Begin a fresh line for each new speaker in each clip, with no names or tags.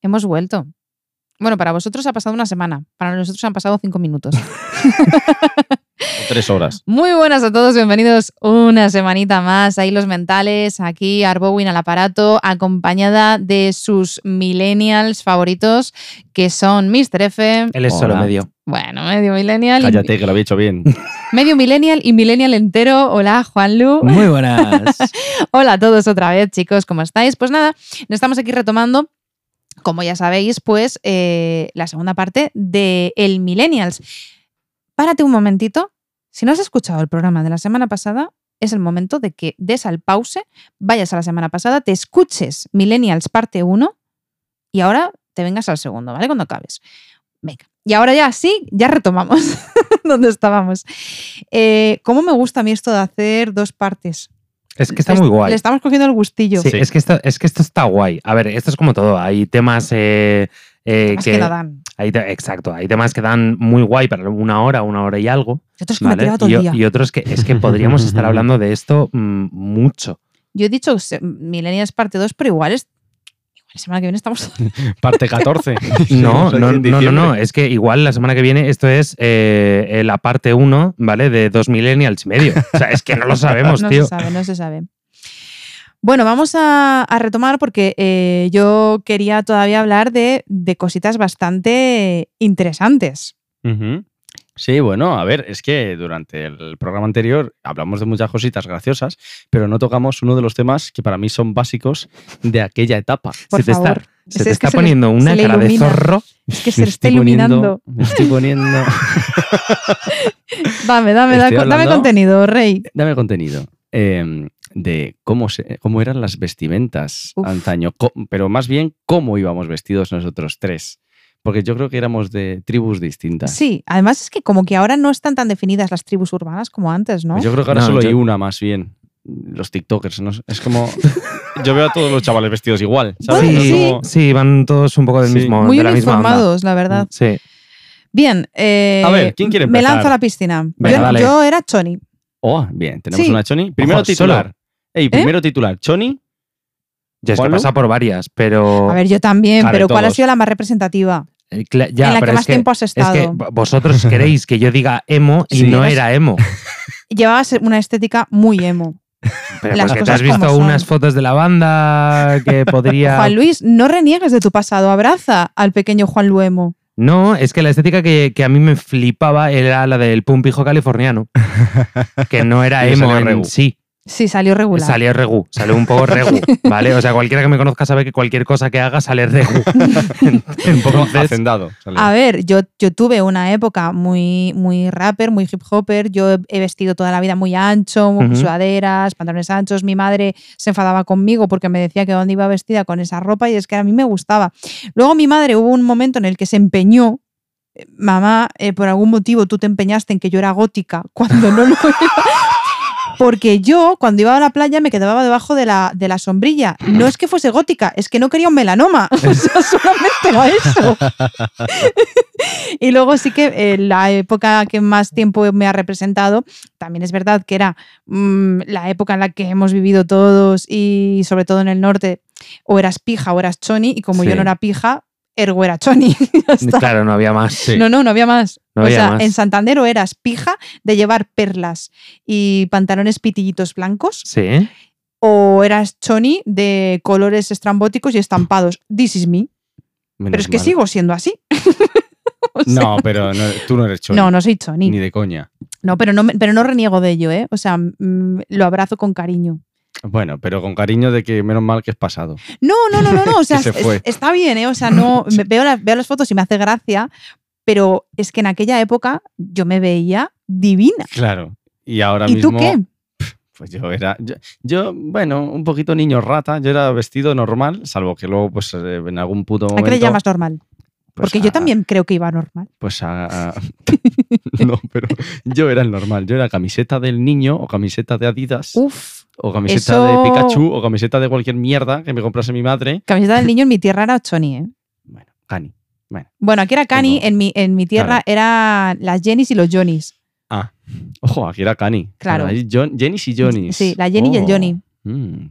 Hemos vuelto. Bueno, para vosotros ha pasado una semana, para nosotros han pasado cinco minutos.
O tres horas.
Muy buenas a todos, bienvenidos una semanita más ahí los mentales, aquí Arbowin al aparato, acompañada de sus millennials favoritos, que son Mr. F,
Él es solo
Hola.
medio.
bueno, medio millennial, y-
Cállate, que lo había hecho bien.
medio millennial y millennial entero. Hola, Juanlu.
Muy buenas.
Hola a todos otra vez, chicos, ¿cómo estáis? Pues nada, estamos aquí retomando, como ya sabéis, pues eh, la segunda parte de El Millennials. Párate un momentito. Si no has escuchado el programa de la semana pasada, es el momento de que des al pause, vayas a la semana pasada, te escuches Millennials parte 1 y ahora te vengas al segundo, ¿vale? Cuando acabes. Venga. Y ahora ya sí, ya retomamos donde estábamos. Eh, ¿Cómo me gusta a mí esto de hacer dos partes?
Es que está
Le-
muy guay.
Le estamos cogiendo el gustillo.
Sí,
Sí.
Es, que esto, es que esto está guay. A ver, esto es como todo. Hay temas eh, eh,
Más que, no dan.
hay te- exacto, hay temas que dan muy guay para una hora, una hora y algo.
Yo otros que me
¿vale?
tiraba todo
y,
el
o-
día.
y otros que es que podríamos estar hablando de esto mm, mucho.
Yo he dicho se- Millennials parte 2, pero igual es. Igual la semana que viene estamos.
Parte 14.
No, no, no, no, no, es que igual la semana que viene esto es eh, eh, la parte 1, ¿vale? De dos millennials y medio. O sea, es que no lo sabemos,
no
tío.
se sabe, no se sabe. Bueno, vamos a, a retomar porque eh, yo quería todavía hablar de, de cositas bastante interesantes.
Ujú. Sí, bueno, a ver, es que durante el programa anterior hablamos de muchas cositas graciosas, pero no tocamos uno de los temas que para mí son básicos de aquella etapa.
Por
se te está,
favor.
se
Es-
te
es que
está
se le-
poniendo
se
una
le
cara de
ilumina.
zorro.
Es que se
Me
está
estoy poniendo-
iluminando.
Me estoy poniendo.
Dame, dame, da-
Estoy
dame,
hablando-
contenido, Rey.
Dame contenido. eh, de cómo, se, cómo eran las vestimentas
Uf.
antaño, co- pero más bien cómo íbamos vestidos nosotros tres. Porque yo creo que éramos de tribus distintas.
Sí, además es que como que ahora no están tan definidas las tribus urbanas como antes, ¿no?
Pues Yo creo que ahora
No,
solo
yo-
hay una más bien. Los TikTokers, ¿no? Es como. yo veo a todos los chavales vestidos igual, ¿sabes?
Bueno,
No es
sí.
como-
Sí, van todos un poco del
Sí.
mismo,
Muy
de la misma onda. Mm.
uniformados, la verdad.
Sí.
Bien, eh,
A ver, ¿quién quiere
me
empezar?
lanzo a la piscina.
Venga,
yo,
dale.
yo era Choni.
Oh, bien, tenemos
Sí. ¿Eh?
una Choni. Primero
Ojo,
titular.
solo.
Ey, primero titular. Choni,
Ya es que
¿Juanlu?
pasa por varias, pero.
A ver, yo también,
Claro,
pero ¿cuál ha
todos.
sido la más representativa?
eh, cla- ya,
en la
pero
que
es
más tiempo has
Es
estado.
que v- vosotros queréis que yo diga emo y
Sí.
no
Eras-
era emo.
Llevabas una estética muy emo.
Pero
Las
porque te
cosas
has visto
como son.
unas fotos de la banda que podría.
Juan Luis, no reniegues de tu pasado, abraza al pequeño Juan Luemo.
No, es que la estética que, que a mí me flipaba era la del pumpijo californiano. Que no era
Y le
emo
salió
en
regu.
sí.
Sí, salió regular.
Salió regu. Salió un poco regu. ¿Vale? O sea, cualquiera que me conozca sabe que cualquier cosa que haga sale regu. Entonces,
hacendado. sale.
A ver, yo, yo tuve una época muy, muy rapper, muy hip hopper. Yo he- he vestido toda la vida muy ancho, muy-
Ujú.
sudaderas, pantalones anchos. Mi madre se enfadaba conmigo porque me decía que dónde iba vestida con esa ropa y es que a mí me gustaba. Luego mi madre hubo un momento en el que se empeñó. eh, Mamá, eh, por algún motivo tú te empeñaste en que yo era gótica cuando no lo era. Porque yo, cuando iba a la playa, me quedaba debajo de la, de la sombrilla. No es que fuese gótica, es que no quería un melanoma. O sea, solamente era eso. Y luego sí que eh, la época que más tiempo me ha representado, también es verdad que era mm, la época en la que hemos vivido todos y sobre todo en el norte, o eras pija o eras choni, y como yo
Sí.
no era pija, ergo era choni. Ya está.
claro, no había más.
Sí.
No, no, no había más.
No
o
había
sea,
más.
en Santander o eras pija de llevar perlas y pantalones pitillitos blancos,
Sí. ¿eh?
o eras choni de colores estrambóticos y estampados. This is me.
Menos
Pero es que
mal.
sigo siendo así. O sea,
No, pero no- tú no eres Choni.
no, no soy choni.
Ni de coña.
No, pero no, me- pero no reniego de ello, ¿eh? O sea, mm, lo abrazo con cariño.
Bueno, pero con cariño de que menos mal que es pasado.
No, no, no, no, no. O sea,
Que se
es-
fue.
está bien, ¿eh? O sea, no. me- veo, las, veo las fotos y me hace gracia, pero es que en aquella época yo me veía divina.
Claro. Y ahora
¿Y
mismo.
tú qué?
Pues yo era. Yo, yo, bueno, un poquito niño rata. Yo era vestido normal, salvo que luego, pues eh, en algún puto
¿A
momento.
qué le llamas normal?
pues,
Porque yo
a-
también creo que iba normal.
Pues a. a- no, pero yo era el normal. Yo era camiseta del niño o camiseta de Adidas.
Uf,
o camiseta
Uh, eso-
de Pikachu o camiseta de cualquier mierda que me comprase mi madre.
camiseta del niño en mi tierra era Choni, ¿eh?
Bueno, Cani.
Bueno, aquí era Cani,
Ojo.
en mi, en mi tierra eran las Jennys y los Johnnys.
Ah, ojo, aquí era Cani.
Claro.
Ahí John, Jennys y Oh. Mm, Johnny.
Sí, la Jenny y el Johnny.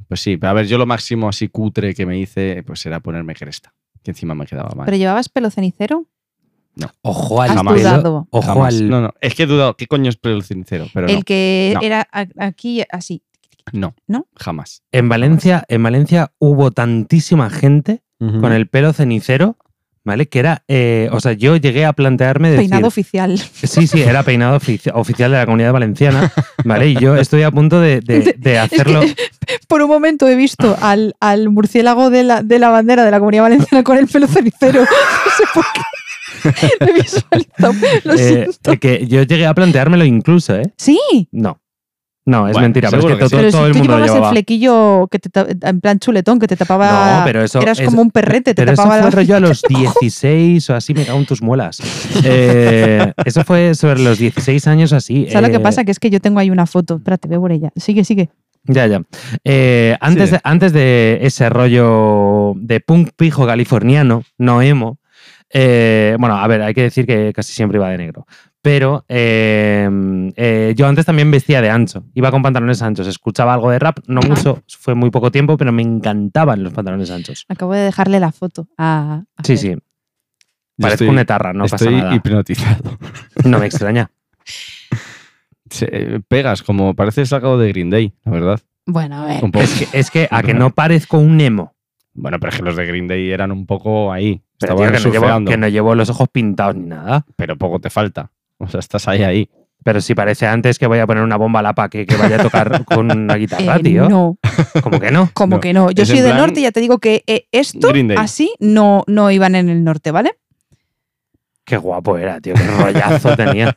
pues sí, pero a ver, yo lo máximo así cutre que me hice pues era ponerme cresta. que encima me quedaba mal.
¿Pero llevabas pelo cenicero?
Ojo
Has
al
Jamás.
pelo.
dudado.
Ojo
Jamás.
al.
No, no, es que he dudado. ¿Qué coño es pelo cenicero? Pero
el que
no.
era a- aquí así.
no, no,
¿No?
jamás.
En Valencia, en Valencia hubo tantísima gente con el pelo cenicero, ¿vale? Que era. eh, o sea, yo llegué a plantearme decir.
Peinado oficial.
Sí, sí, era peinado ofici- oficial de la comunidad valenciana, ¿vale? Y yo estoy a punto de, de- de hacerlo.
Es que, por un momento he visto al, al murciélago de la, de la bandera de la Comunidad Valenciana con el pelo cenicero. No sé por qué. Lo he visualizado. Lo
eh,
siento.
que yo llegué a planteármelo incluso, ¿eh?
Sí.
No. No, es
Bueno,
mentira, pero es que,
seguro que
todo,
sí.
Pero
todo
si
el
tú
mundo lo
llevabas el
llevaba.
flequillo que te ta- en plan chuletón que te tapaba.
No, pero eso
eras
es-
como un perrete, te
Pero eso
tapaba
fue
la-
rollo a los 16 o así, me cago en tus muelas. Eh, eso fue sobre los 16 años así.
¿Sabes lo
eh,
que pasa? Que es que yo tengo ahí una foto. Espérate, voy por ella. Sigue, sigue.
Ya, ya. Eh, antes,
Sí.
de, antes de ese rollo de punk pijo californiano, no emo, eh, bueno, a ver, hay que decir que casi siempre iba de negro. Pero eh, eh, yo antes también vestía de ancho, iba con pantalones anchos, escuchaba algo de rap, no mucho, fue muy poco tiempo, pero me encantaban los pantalones anchos.
Acabo de dejarle la foto a. a Fer.
Sí, sí,
Yo
parezco
estoy-
una etarra, no pasa
estoy
nada.
hipnotizado.
No me extraña.
Se- eh, pegas, como parece sacado de Green Day, la verdad.
Bueno, a ver.
Un poco.
Eh, Es que, es que a que no parezco un emo,
Bueno, pero es que los de Green Day eran un poco ahí.
pero
Estaban
tío, que, no llevo,
surfeando,
que no llevo los ojos pintados ni nada.
pero poco te falta. O sea, estás ahí, ahí.
Pero si parece antes que voy a poner una bomba a la pa que, que vaya a tocar con una
Eh,
guitarra, tío.
No,
Como que no.
como
No,
que no. Yo
es
soy
en
del
plan-
norte y ya te digo que eh, esto
Green Day.
así no, no iban en el norte, ¿vale?
Qué guapo era, tío. Qué rollazo tenía.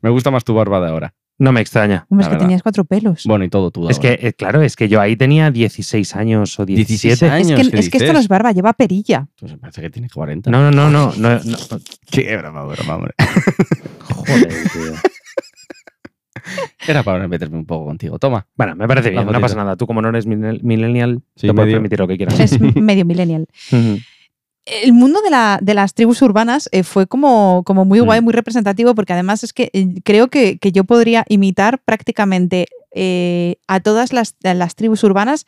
Me gusta más tu barba de ahora.
No me extraña.
Hombre, es
La
que
verdad.
tenías cuatro pelos.
Ah, Bueno, y todo tú. de
Es
ahora.
que, eh, claro, es que yo ahí tenía 16 años o 17.
17
es
años.
que, es que esto no es barba, lleva perilla.
Pues me parece que tiene 40.
No, no, no, no. no, no.
Qué broma, broma, hombre.
Joder, tío.
Era para meterme un poco contigo. Toma.
Bueno, me parece bien,
La
no
jodida.
pasa nada. Tú, como no eres millennial- millennial,
Sí,
te puedes
medio.
permitir lo que quieras.
Es medio millennial.
Ujú.
El mundo de, la- de las tribus urbanas eh, fue como, como muy guay,
Mm.
muy representativo, porque además es que eh, creo que, que yo podría imitar prácticamente eh, a todas las, a las tribus urbanas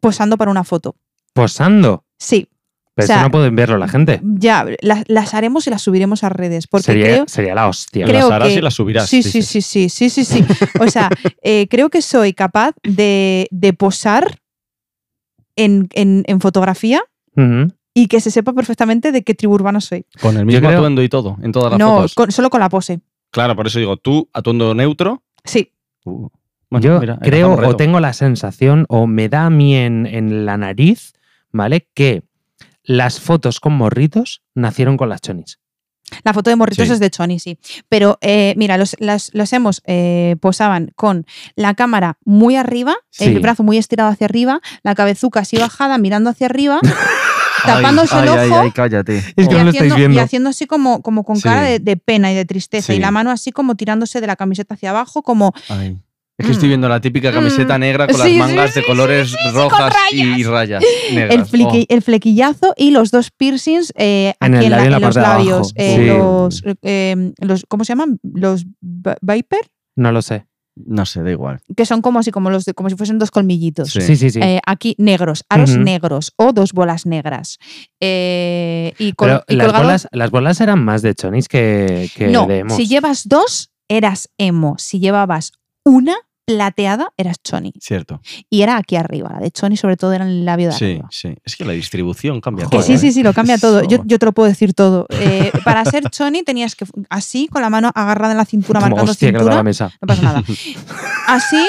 posando para una foto.
Posando.
Sí,
Pero
O sea,
eso no pueden verlo la gente.
ya, las, las haremos y las subiremos a redes, porque
Sería,
creo...
sería la hostia.
creo
las harás
que-
y las subirás.
Sí, sí,
dices.
sí, sí, sí, sí, sí. O sea, eh, creo que soy capaz de, de posar en, en- en fotografía
Ujú.
y que se sepa perfectamente de qué tribu urbana soy.
Con el
Yo
mismo
creo-
atuendo y todo, en todas las
No,
fotos.
con- solo con la pose.
Claro, por eso digo, tú, atuendo neutro.
Sí.
Uh,
Yo
mira, ahí
creo
lanzamos reto.
o tengo la sensación o me da a mí en, en la nariz, ¿vale? Que las fotos con morritos nacieron con las chonis.
La foto de morritos
Sí.
es de Choni, sí. Pero eh, mira, los, las- los hemos eh, posaban con la cámara muy arriba,
Sí.
el brazo muy estirado hacia arriba, la cabezuca así bajada, mirando hacia arriba, tapándose el ojo.
cállate.
Es que
y
no
haciendo,
lo estáis
y
viendo.
haciendo así como, como con
Sí.
cara de, de pena y de tristeza.
Sí.
Y la mano así como tirándose de la camiseta hacia abajo, como
Ay. Es que estoy viendo la típica
Mm.
camiseta negra con
Sí, sí,
las mangas
sí,
de colores
sí, sí, con
rojas y rayas negras.
el, fliqui- el flequillazo y los dos piercings eh,
Oh. En
aquí
el
en, la-
labio y la
en los
parte de abajo.
labios. Eh,
Sí.
los, eh, los- ¿Cómo se llaman? Los vi- Viper,
No lo sé.
Oh, no sé, da igual.
que son como así, como, los de- como si fuesen dos colmillitos.
Sí.
Sí, sí, sí.
Eh, aquí negros, aros
Ujú.
negros o dos bolas negras. Eh, y, col-
Pero
y
las
colgado-
bolas, las bolas eran más de chonis que, que
no,
de emos.
si llevas dos, eras emo. Si llevabas una plateada, eras choni.
Cierto.
Y era aquí arriba, la de choni sobre todo era en el labio de
Sí,
arriba.
sí. Es que la distribución cambia
Que
todo.
sí,
¿eh?
sí, sí, lo cambia todo. Yo,
Eso.
yo te lo puedo decir todo. Eh, para ser Choni tenías que así, con la mano agarrada en la cintura,
Como,
marcando
hostia, que le he dado a
cintura.
la mesa.
No pasa nada. Así,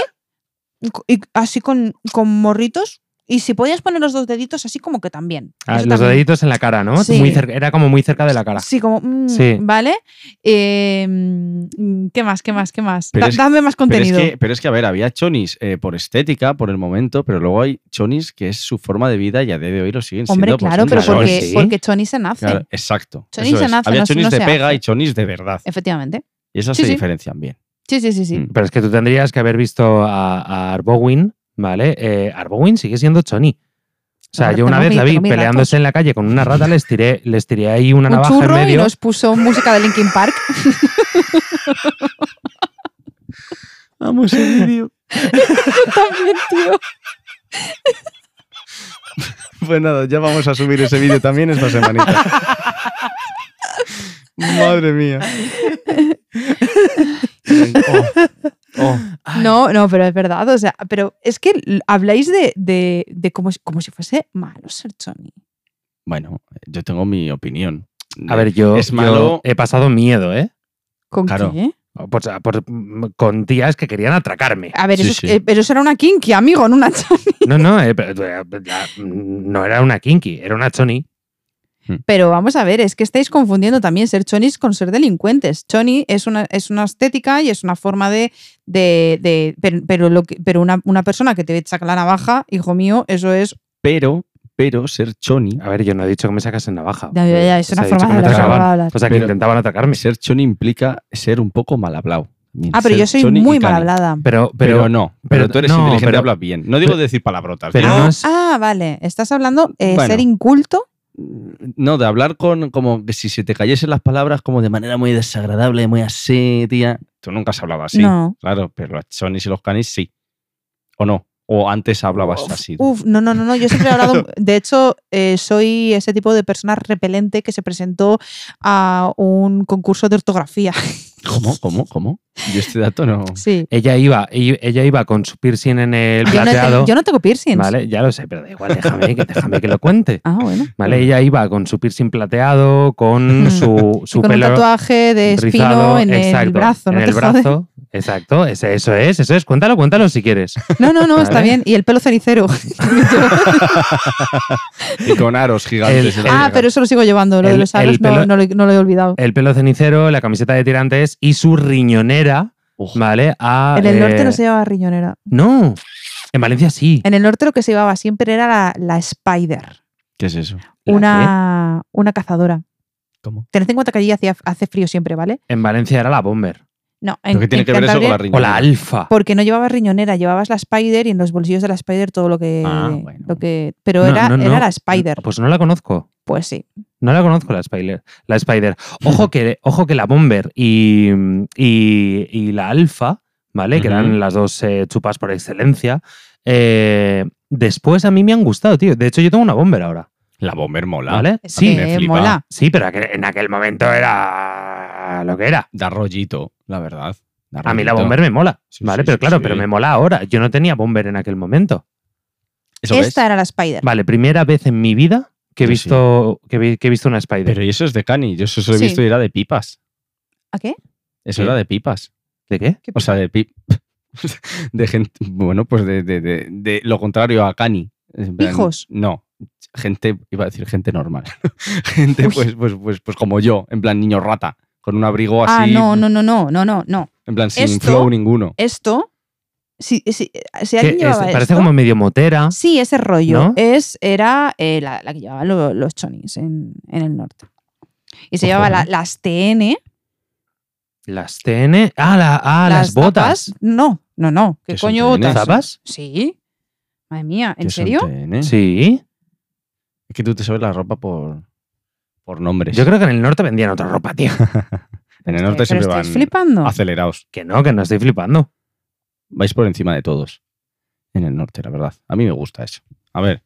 y así con, con morritos. Y si podías poner los dos deditos así como que también.
Ah,
Eso
los
también.
deditos en la cara, ¿no?
Sí.
Muy cerca- era como muy cerca de la cara.
Sí, como, mm,
Sí.
¿vale? Eh, mm, ¿Qué más, qué más, qué más?
Pero
Da-
es-
dame más
Pero es,
contenido.
que, pero es que, a ver, había chonis eh, por estética, por el momento, pero luego hay chonis que es su forma de vida y a día de hoy lo siguen
Hombre,
siendo. pues,
claro,
un
pero
claro,
chonis.
porque,
sí.
porque Choni se nace.
Claro, exacto.
Chonis
eso
se
es.
nace,
había
no se-
chonis
no
de
se
pega
hace.
y chonis de verdad.
Efectivamente.
Y esas
Sí,
se
sí.
diferencian bien.
Sí, sí, sí, sí.
Mm.
Pero es que tú tendrías que haber visto a, a Arbowin, ¿vale? Eh, Arbowin sigue siendo Choni. O sea,
Hombre,
yo una
tengo
vez
mi-
la vi
tengo mis
peleándose en la calle con una rata, les tiré, les tiré ahí una
Un
navaja en
churro y
medio.
nos puso música de Linkin Park.
Vamos, vídeo.
Yo también, tío.
Pues nada, ya vamos a subir ese vídeo también esta semanita. Madre mía. Oh,
No, no, pero es verdad. O sea, pero es que l- habláis de, de, de como, si, como si fuese malo ser Johnny.
Bueno, yo tengo mi opinión.
A ver, yo,
Es
yo
malo.
he pasado miedo, ¿eh? Pues,
¿Con
Claro.
qué?
Por- por- mm, con tías que querían atracarme.
A ver,
Sí,
eso, es-
sí.
eh, pero eso era una kinky, amigo, no una choni.
No, no, eh, pero- pero- la- no era una kinky, era una choni.
Pero vamos a ver, es que estáis confundiendo también ser chonis con ser delincuentes. Choni es una, es una estética y es una forma de. de, de- pero pero, lo que- pero una, una persona que te saca la navaja, hijo mío, eso es.
Pero, pero ser choni,
A ver, yo no he dicho que me sacasen navaja.
Ya, ya, ya, es
O sea,
una
he
forma de
dicho que me
hablar,
atracaban.
forma de hablar.
O sea, que
Pero-
intentaban atacarme.
ser choni implica ser un poco mal hablado.
Ah, pero
Ser
yo soy
choni y
muy
cani.
mal hablada.
Pero,
Pero,
pero,
no, pero,
pero-
tú eres
no,
inteligente,
pero-
hablas bien. No digo
pero-
decir palabrotas.
pero
digo-
no
ah,
es-
ah, vale. Estás hablando eh,
Bueno.
ser inculto.
No, de hablar con como que si se te cayesen las palabras como de manera muy desagradable, muy así, tía. Tú nunca has hablado así.
No.
Claro, pero los chonis y los canis sí. ¿O no? O antes hablabas así. tú.
Uf, no, no, no, no. Yo siempre he hablado. De hecho, eh, soy ese tipo de persona repelente que se presentó a un concurso de ortografía.
¿Cómo? ¿Cómo? ¿Cómo? Yo este dato no.
Sí.
ella iba, i- ella iba con su piercing en el
Yo no,
plateado.
te- yo no tengo piercings.
Vale, ya lo sé, pero da igual, déjame que, déjame que lo cuente.
Ah, bueno.
Vale, ella iba con su piercing plateado, con
Mm.
su,
Y
su
con
pelo
un tatuaje de espino
rizado,
en el
exacto,
brazo. No,
en
te
el
jode.
brazo, exacto, ese- eso es, eso es. Cuéntalo, cuéntalo si quieres.
no, no, no, está
Vale.
bien. Y el pelo cenicero.
Y con aros gigantes.
El-
en la
ah,
garganta.
pero eso lo sigo llevando. Lo de
el-
los aros
el
no-
pelo-
no, lo, no lo he olvidado.
El pelo cenicero, la camiseta de tirantes y su riñonera,
Uf.
¿vale? A,
en el norte
eh,
no se llevaba riñonera.
No, en Valencia sí.
En el norte lo que se llevaba siempre era la, la Spider,
¿Qué es eso?
¿La
una, una cazadora.
¿Cómo?
Tened en cuenta que allí hacía- hace frío siempre, ¿vale?
En Valencia era la bomber
No, en,
¿Pero qué tiene
en
que ver eso con
Cantabria-
la
o
riñonera?
la alfa.
Porque no llevabas riñonera, llevabas la Spider y en los bolsillos de la Spider todo lo que.
Ah, bueno.
lo que pero
No,
era,
no, no.
era la Spider.
Pues no la conozco.
Pues sí.
No la conozco la Spider. La Spider. Ojo que, ojo que la Bomber y, y- y la Alfa, ¿vale? Que
Ujú.
eran las dos eh, chupas por excelencia. eh, después a mí me han gustado, tío. De hecho, yo tengo una Bomber ahora.
La bomber mola.
¿Vale?
Es
Sí,
que
me flipa.
mola.
sí, pero aquel- en aquel momento era lo que era.
Da rollito, la verdad. Da
A mí la
rollito.
Bomber me mola,
Sí,
¿vale?
sí,
pero
sí,
claro,
sí.
pero me mola ahora. Yo no tenía Bomber en aquel momento.
¿Eso ves?
Esta era la Spider.
Vale, primera vez en mi vida que he
Sí, sí.
visto, que vi- que he visto una Spider.
Pero ¿y eso es de cani. Yo eso lo he
Sí.
visto y era de pipas.
¿A qué?
Eso
¿Qué?
era de pipas.
¿De qué?
¿Qué
O sea, de pi- de gente, bueno, pues de, de- de- de lo contrario a Cani. En plan,
Pijos.
No, gente, iba a decir gente normal. gente
Uy.
pues, pues, pues, pues como yo, en plan niño rata, con un abrigo así,
Ah, no, no, no, no, no, no, no.
en plan sin
Esto-
flow ninguno.
Esto, si, si, si
¿Qué
alguien
es?
llevaba
parece
esto,
como medio motera.
sí, ese rollo
¿No?
es, era eh, la, la que llevaban lo- los chonis en, en el norte. Y se
Ojo,
llevaba la-
¿eh?
las TN,
Las TN. Ah, la- ah, las, botas.
tapas. No, no, no. ¿Qué,
¿Qué son
coño
TN?
botas?
¿Tapas?
Sí. Madre mía, ¿en
Que son
serio?
TN.
Sí.
Es que tú te sabes la ropa por, por nombres.
Yo creo que en el norte vendían otra ropa, tío.
en el
Eh, Pero
norte
estoy-
siempre
pero
van
estáis flipando.
acelerados.
Que no, que no estoy flipando.
Vais por encima de todos. En el norte, la verdad. A mí me gusta eso. A ver,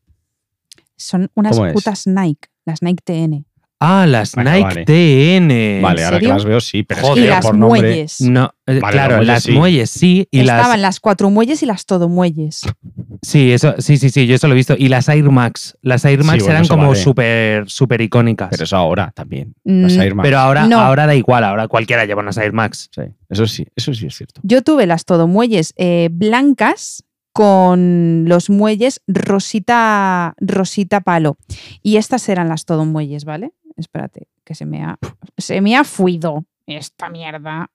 Son unas
¿Cómo es?
putas Nike, las Nike TN.
Ah, las
Bueno,
Nike
vale.
TN.
vale, ahora que
serio?
las veo, sí, pero es
Joder,
y
que
las
por nombre.
muelles.
No, eh,
Vale, las
claro,
muelles
las
sí.
muelles sí. Y
Estaban
las.
las cuatro muelles y las todo muelles.
Sí, eso, sí, sí, sí, yo eso lo he visto. Y las Air Max. Las Air
Sí,
Max
bueno,
eran
eso
como
vale.
súper, súper icónicas.
Pero eso ahora también.
Mm,
Las Air Max.
Pero ahora,
No.
ahora da igual, ahora cualquiera lleva unas Air Max.
Sí, eso sí, eso sí es cierto.
Yo tuve las todomuelles eh, blancas con los muelles rosita, rosita palo. Y estas eran las todomuelles, ¿vale? Espérate, que se me ha, se me ha fuido esta mierda.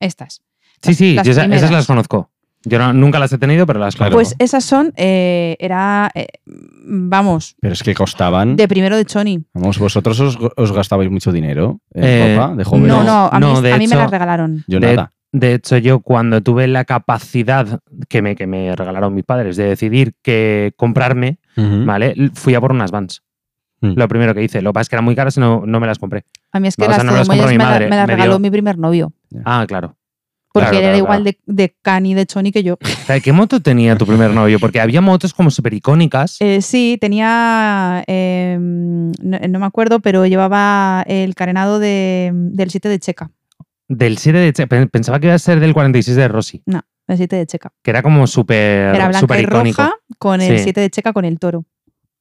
Estas.
Sí, sí,
las
yo esa-
primeras.
esas las conozco. Yo no- nunca las he tenido, pero las
Claro.
conozco.
Pues esas son, eh, era, eh, vamos,
Pero es que costaban.
de primero de Choni.
Vamos, vosotros os, os gastabais mucho dinero en
Eh,
ropa Pues de jóvenes.
No, no, a mí,
No, de
a mí me
hecho-
las regalaron.
Yo
De-
nada.
De hecho, yo cuando tuve la capacidad que me, que me regalaron mis padres de decidir qué comprarme, ¿vale? L- Fui a por unas Vans.
Mm.
Lo primero que hice. Lo que pasa es que eran muy caras y no, no me las compré.
A mí es que
O sea,
las
no las compró
todomuelles
mi
me, la-
madre,
me las
me
regaló
dio-
mi primer novio.
Ah, claro.
Porque
Claro,
él era
claro,
igual de, de cani, de choni que yo.
O sea, ¿Qué moto tenía tu primer novio? Porque había motos como súper icónicas.
Eh, sí, tenía. eh, no, no me acuerdo, pero llevaba el carenado de- del 7 de Checa.
Del 7 de Che- pen- Pensaba que iba a ser del 46 de Rossi,
El 7 de Checa.
que era como súper
Era blanca
súper
y
icónico.
roja con el
Sí.
7 de Checa con el toro.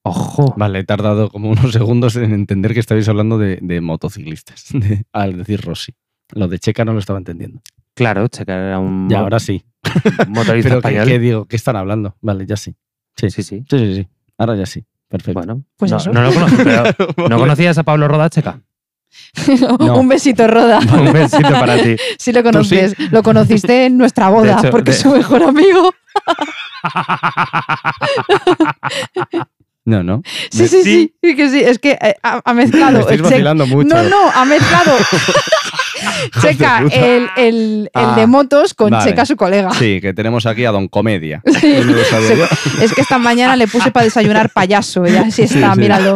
Ojo.
Vale, he tardado como unos segundos en entender que estabais hablando de, de motociclistas, de- al decir Rossi. Lo de Checa no lo estaba entendiendo.
Claro, checar era un
Y
mo-
ahora sí.
motorista
Pero ¿qué,
español.
qué digo? ¿Qué están hablando? Vale, ya sí. Sí, sí,
Sí, sí.
sí. sí. Ahora ya sí. Perfecto.
Bueno,
Pues
no,
eso.
no lo cono- pero ¿no conocías a Pablo Roda Checa.
No.
Un besito, Roda.
Un besito para ti.
Si lo
Tú sí.
conoces, lo conociste en nuestra boda,
hecho,
porque
de-
es su mejor amigo.
No, no.
Sí, sí, sí, sí, que sí. Es que eh, ha, ha
Me
mezclado.
estáis
Che-
vacilando mucho.
No, no, ha mezclado.
de
Checa,
puta.
el, el- el de
Ah,
motos con
vale.
Checa, su colega.
Sí, que tenemos aquí a Don Comedia.
Sí.
Él no lo sabía yo.
Es que esta mañana le puse para desayunar payaso. Ya así está,
sí.
míralo.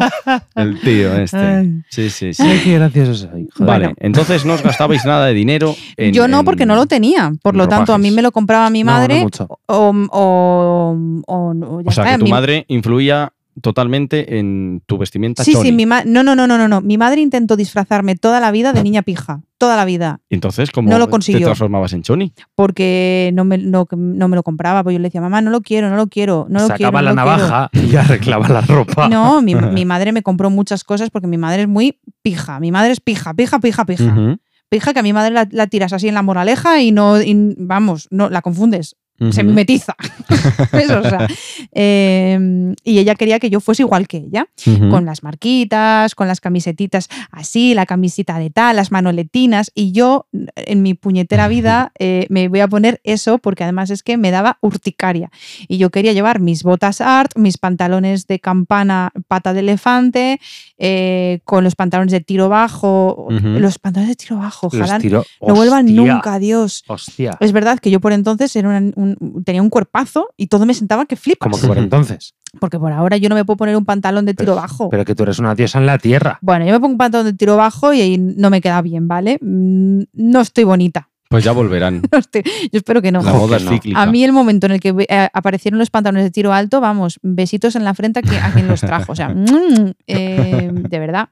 El tío este.
Ay,
Sí, sí, sí.
qué gracioso soy. joder.
Bueno.
Vale, entonces no os gastabais nada de dinero. en-
Yo no,
en-
porque no lo tenía. Por
en
lo tanto, a mí
ropajes.
me lo compraba mi
No, no
madre.
mucho.
o, o- o- o ya
O sea,
está,
que tu
Ah, mi-
madre influía totalmente en tu vestimenta
Sí,
choni.
sí, mi ma- no, no, no, no, no, no. Mi madre intentó disfrazarme toda la vida de niña pija, toda la vida.
Y Entonces, ¿cómo
No lo
te
consiguió.
transformabas en choni?
porque no me, no, no me lo compraba, pues yo le decía, mamá, no lo quiero, no lo quiero, no lo quiero.
Sacaba la
no lo quiero".
navaja y arreglaba la ropa.
No, mi, mi madre me compró muchas cosas porque mi madre es muy pija, mi madre es pija, pija, pija, pija.
Ujú,
Pija que a mi madre la, la tiras así en la moraleja y no, y, vamos, no la confundes,
ujú.
se mimetiza. Eso, o sea, eh, y ella quería que yo fuese igual que ella,
Ujú.
con las marquitas, con las camisetitas así, la camisita de tal, las manoletinas. Y yo, en mi puñetera vida, eh, me voy a poner eso porque además es que me daba urticaria. Y yo quería llevar mis botas art, mis pantalones de campana, pata de elefante, eh, con los pantalones de tiro bajo.
Ujú.
Los pantalones de tiro bajo,
Los
ojalá
tiró-
no vuelvan
Hostia,
nunca, Dios.
Hostia.
Es verdad que yo por entonces era una- un- tenía un cuerpazo y todo me sentaba que flipas.
Como que Pues por entonces.
Porque por ahora yo no me puedo poner un pantalón de tiro bajo.
Pero que tú eres una diosa en la tierra.
Bueno, yo me pongo un pantalón de tiro bajo y ahí no me queda bien, ¿vale? Mm, No estoy bonita.
Pues ya volverán.
No estoy- yo espero que no.
La
Ojo
moda
que
es
no.
cíclica.
A mí el momento en el que eh, aparecieron los pantalones de tiro alto, vamos, besitos en la frente a, que- a quien los trajo. O sea, mm, eh, de verdad.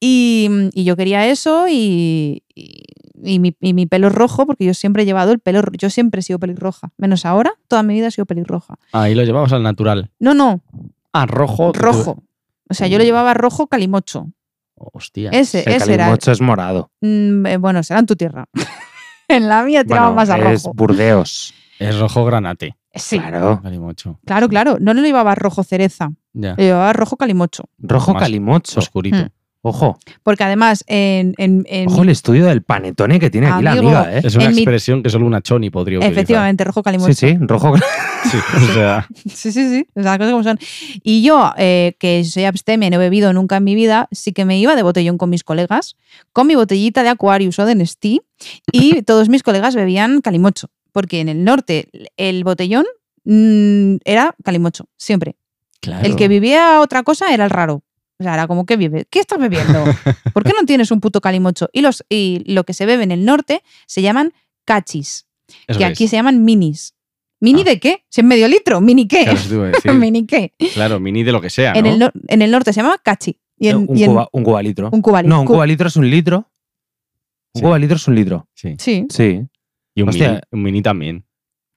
Y, y yo quería eso y, y- y mi, y mi pelo rojo, porque yo siempre he llevado el pelo, ro- yo siempre he sido pelirroja, menos ahora, toda mi vida he sido pelirroja.
Ahí lo llevamos al natural.
No, no,
Ah, rojo. Mm.
rojo. O sea, yo lo llevaba rojo calimocho.
Hostia.
Ese,
el
ese era.
calimocho es morado.
Mm, eh, bueno, será en tu tierra. en la mía tiraba
Bueno,
más a
es
rojo.
Burdeos.
Es rojo granate.
Sí, claro.
Claro.
Calimocho.
claro, No lo llevaba rojo cereza,
Ya.
lo llevaba rojo calimocho.
Rojo
Más
calimocho.
Oscurito.
Mm.
Ojo.
Porque además, en. en- en-
Ojo el estudio del panetone que tiene aquí
Amigo.
la amiga, ¿eh?
Es una
En mi-
expresión que solo una choni podría utilizar.
efectivamente, rojo
Sí,
calimocho.
sí, rojo.
Sí, o sea,
Sí, sí, sí. O sea, las cosas como son. Y yo, eh, que soy abstemia y no he bebido nunca en mi vida, sí que me iba de botellón con mis colegas, con mi botellita de Aquarius o de Nestí, y todos mis colegas bebían calimocho. Porque en el norte, el botellón mm, era calimocho, siempre.
claro.
El que vivía otra cosa era el raro. O sea, era como que vive. ¿Qué estás bebiendo? ¿Por qué no tienes un puto calimocho? Y, los, y lo que se bebe en el norte se llaman cachis.
Eso
que
es.
aquí se llaman minis. ¿Mini
Ah.
de qué? Si es medio litro, ¿mini qué?
Claro, eso te iba a decir.
¿Mini qué?
Claro, Eh, mini de lo que sea,
en,
¿no?
el nor- en el norte se llama cachi. Y en,
un,
y en-
cuba- un cubalitro.
un cubalitro.
No, un
Cu-
cubalitro es un litro. Un
Sí.
cubalitro es un litro.
Sí.
Sí.
Sí.
Y un
Hostia.
mini, un mini también.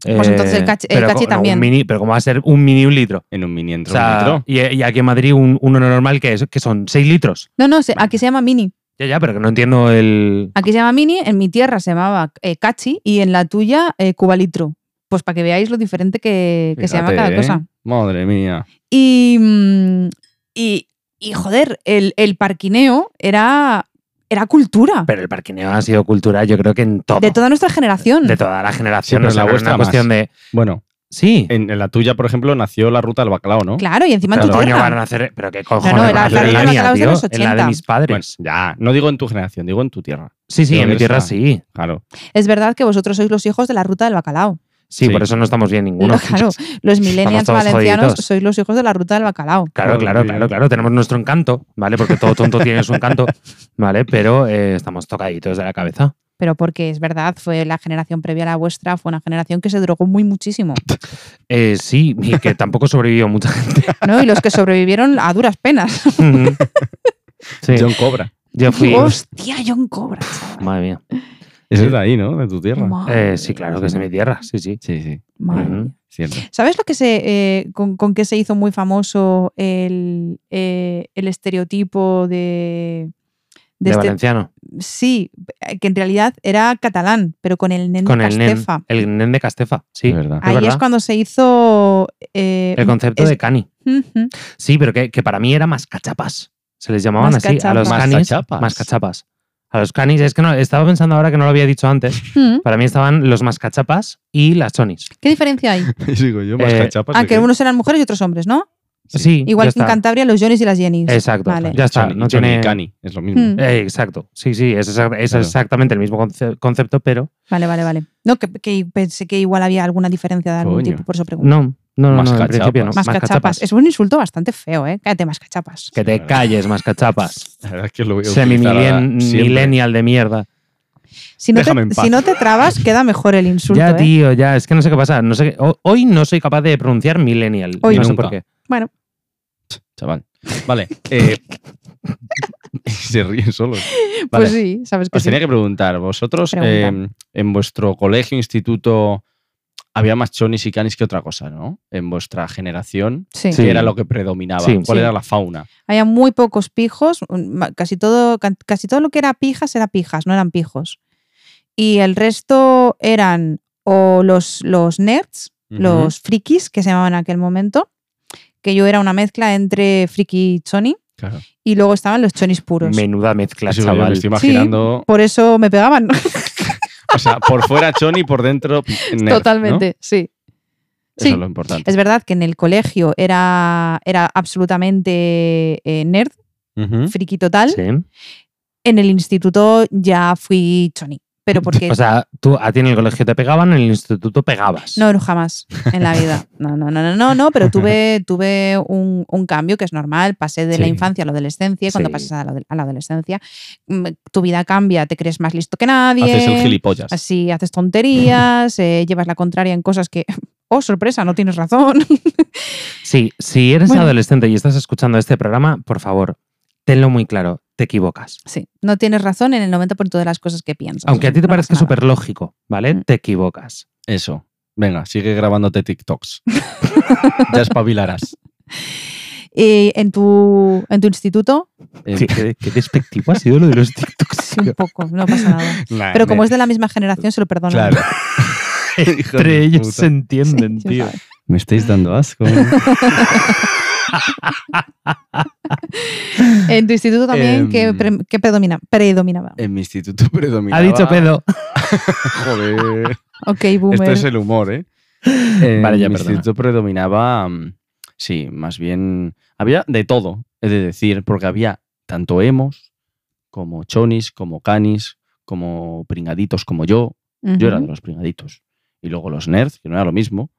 Pues entonces el cachi- el
Eh, pero
cachi
co- no, un
también.
mini- pero ¿cómo va a ser un mini un litro?
En un mini
O
entra
sea,
un litro.
y, y aquí en Madrid un, uno normal que, es, que son 6 litros.
No, no, se- aquí se llama mini.
Ya, ya, pero que no entiendo el...
Aquí se llama mini, en mi tierra se llamaba eh, cachi y en la tuya eh, cubalitro. Pues para que veáis lo diferente que, que se llama
Fíjate,
cada
¿eh?
cosa.
Madre mía.
Y, mm, y, y, joder, el, el parquineo era, era cultura
Pero el parquineo ha sido cultural, yo creo que en todo.
de toda nuestra generación.
de toda la
Sí,
generación.
pero
o
la
sea, no es
vuestra
una
más.
cuestión de...
Bueno,
Sí.
en, en la tuya, por ejemplo, nació la ruta del bacalao, ¿no?
Claro, y encima en
Pero
tu
coño
tierra.
van a hacer... Pero qué cojones
no,
van
la-
a hacer
la
en
Reina
mía,
Bacalao es de
tío,
los
En la de
80.
mis
Bueno,
padres.
ya, no digo en tu generación, digo en tu tierra.
sí, sí,
pero
en mi
que
tierra
está-
sí.
Claro.
Es verdad que vosotros sois los hijos de la ruta del bacalao.
sí.
Sí.
por eso no estamos bien ninguno.
Lo- claro, los millennials
todos
valencianos
jodidos.
sois los hijos de la ruta del bacalao.
Claro, claro, claro, claro. Tenemos nuestro encanto, ¿vale? Porque todo tonto tiene su encanto, ¿vale? Pero eh, estamos tocaditos de la cabeza.
pero porque es verdad, fue la generación previa a la vuestra, fue una generación que se drogó muy muchísimo,
Eh, sí, y que tampoco sobrevivió mucha gente.
¿no? Y los que sobrevivieron a duras penas.
Ujú. sí,
John Cobra.
yo fui.
Hostia, John Cobra. chaval.
Madre mía.
Ese es de ahí, ¿no? De tu tierra.
Madre
Eh, sí, claro que es de mi tierra, sí, sí.
Sí, sí,
madre
Ujú.
mía.
cierto.
¿Sabes lo que se, eh, con, con qué se hizo muy famoso el, eh, el estereotipo de... de
De,
este-
valenciano.
sí, eh, que en realidad era catalán, pero con el nen de
Con el nen,
Castefa.
el nen de Castefa, sí.
Es verdad.
Ahí es
verdad.
cuando se hizo... eh,
El concepto
es-
de cani.
Ujú.
Sí, pero que, que para mí era más cachapas. Se les llamaban
Más
así. A los
cachapas.
canis.
Más cachapas.
Más cachapas. A los canis. Es que no, estaba pensando ahora que no lo había dicho antes.
Mm.
Para mí estaban los más cachapas y las chonis.
¿Qué diferencia hay?
Y digo yo, más
Eh,
cachapas.
ah,
de
que unos eran mujeres y otros hombres, ¿no?
Sí.
Sí.
Igual
ya
que en
está.
Cantabria, los Johnnies y las Jennies.
Exacto.
Vale.
Ya está.
Johnny-
no
Johnny
tiene.
Cani, es lo mismo.
Mm.
Eh, exacto. Sí, sí. Es, exa- es
Claro.
exactamente el mismo conce- concepto, pero
Vale, vale, vale. No, que, que pensé que igual había alguna diferencia de algún
Coño.
tipo, por eso pregunto.
no. No, no,
Más
no, en
cachapas.
principio no.
Más cachapas. Es un insulto bastante feo, ¿eh? Cállate, más cachapas.
Que te
Sí,
calles, más cachapas.
La verdad es que lo voy a utilizar ahora siempre.
Semi-millennial de mierda.
Si no,
Déjame en
te,
paz.
si no te trabas, queda mejor el insulto.
ya,
¿eh?
tío, ya. Es que no sé qué pasa. No sé qué- ho- Hoy no soy capaz de pronunciar millennial.
Hoy.
no sé
Nunca.
por qué.
Bueno,
Chaval. Vale. eh, se ríen solos. Vale.
pues sí, sabes que
Os
sí.
tenía que preguntar, vosotros
Pregunta.
eh, en vuestro colegio, instituto, había más chonis y canis que otra cosa, ¿no? En vuestra generación,
Sí.
Sí.
que era lo que predominaba.
Sí.
¿Cuál
Sí.
era la fauna?
Había muy pocos pijos, un- ma- casi todo, can- casi todo lo que era pijas era pijas, no eran pijos. Y el resto eran o los, los nerds,
Ujú.
los frikis que se llamaban en aquel momento, que yo era una mezcla entre friki y choni,
Claro.
y luego estaban los chonis puros.
Menuda mezcla,
Sí, yo me
chaval.
estoy imaginando.
Por eso me pegaban,
O sea, por fuera choni, por dentro nerd, ¿no?
totalmente, sí.
Eso
Sí.
es lo importante.
Es verdad que en el colegio era, era absolutamente eh, nerd,
Ujú.
friki total.
¿Mm? Sí.
En el instituto ya fui choni, pero porque
O sea, tú a ti en el colegio te pegaban, en el instituto pegabas.
No, no, jamás en la vida. No, no, no, no, no, no, pero tuve, tuve un, un cambio que es normal. Pasé de la
Sí.
infancia a la adolescencia. y Cuando
Sí.
pasas a la, adole- a la adolescencia, mm, tu vida cambia, te crees más listo que nadie.
Haces el gilipollas.
Así haces tonterías, eh, llevas la contraria en cosas que. Oh, sorpresa, no tienes razón.
Sí, si eres
Bueno.
adolescente y estás escuchando este programa, por favor, tenlo muy claro, te equivocas.
sí, no tienes razón en el 90% de las cosas que piensas.
Aunque a ti
No
te parezca
pasa nada.
súper lógico, ¿vale?
Mm.
Te equivocas.
Eso. Venga, sigue grabándote TikToks. ya espabilarás.
¿Y en tu, en tu instituto?
Eh,
Tío, qué, qué despectivo ha sido lo de los TikToks.
Sí, un
tío.
poco, no pasa nada.
nah,
Pero como
me-
es de la misma generación, se lo perdono.
Claro. Hijo de
Entre ellos
puta.
se entienden,
Sí, ya
tío.
sabes.
Me estáis dando asco.
En tu instituto también, ¿qué,
Em,
pre- qué predomina- predominaba?
En mi instituto predominaba.
Ha dicho pedo.
Joder.
Ok,
Esto
boomer.
es el humor, ¿eh? En
Vale, ya,
mi
perdona.
instituto predominaba. mm, Sí, más bien. Había de todo, es de decir, porque había tanto emos, como chonis, como canis, como pringaditos como yo. Yo era de
Ujú.
los pringaditos. Y luego los nerds, que no era lo mismo.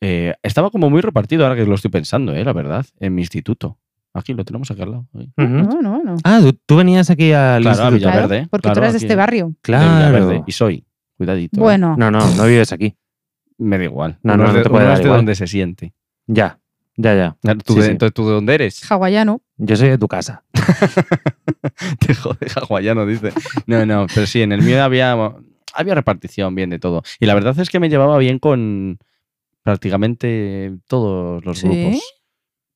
Eh, estaba como muy repartido ahora que lo estoy pensando, ¿eh? la verdad, en mi instituto. Aquí lo tenemos aquí al lado. ahí.
Ujú.
No, no, no.
Ah, tú, tú venías aquí al
Claro, a
instituto.
Villaverde.
Claro, porque tú
claro,
eres de
aquí.
este barrio.
De Villaverde.
Claro.
Y soy. Cuidadito. ¿eh?
Bueno,
No, no, no vives aquí.
Me da igual.
No,
Uno
no,
es
no
de-
te puede
uno
dar
es de
igual.
donde se siente.
Ya, ya, ya.
¿Tú
Sí,
de-
sí.
Entonces, ¿tú de dónde eres?
hawaiano.
Yo soy de tu casa.
Te jode, hawaiano, dice. No, no, pero sí, en el mío había, había repartición bien de todo. Y la verdad es que me llevaba bien con prácticamente todos los
¿Sí?
grupos.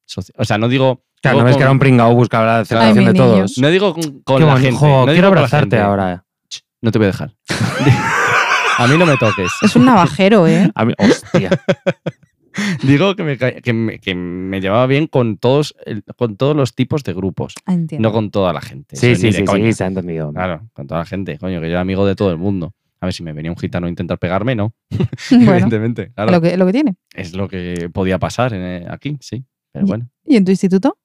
soci- O sea, no digo...
Claro, no
digo
ves que era
con-
un pringao buscaba la
Claro.
aceptación
Ay,
de
mi
todos.
No digo con, con
Qué
la
bonito.
gente.
Jo,
no digo
quiero
con la
abrazarte
gente.
ahora.
No te voy a dejar. A mí no me toques.
Es un navajero, ¿eh?
A mí- hostia.
Digo que me, ca- que me- que me llevaba bien con todos, el- con todos los tipos de grupos.
Ah, Entiendo.
No con toda la gente.
Sí,
eso ni
sí,
de
sí,
coña.
sí, se ha entendido.
Claro, con toda la gente, coño, que yo era amigo de todo el mundo. A ver si me venía un gitano a intentar pegarme, ¿no?
bueno,
Evidentemente, claro.
lo que, lo que tiene.
Es lo que podía pasar en, eh, aquí, sí. Pero
Y-
bueno.
¿Y en tu instituto?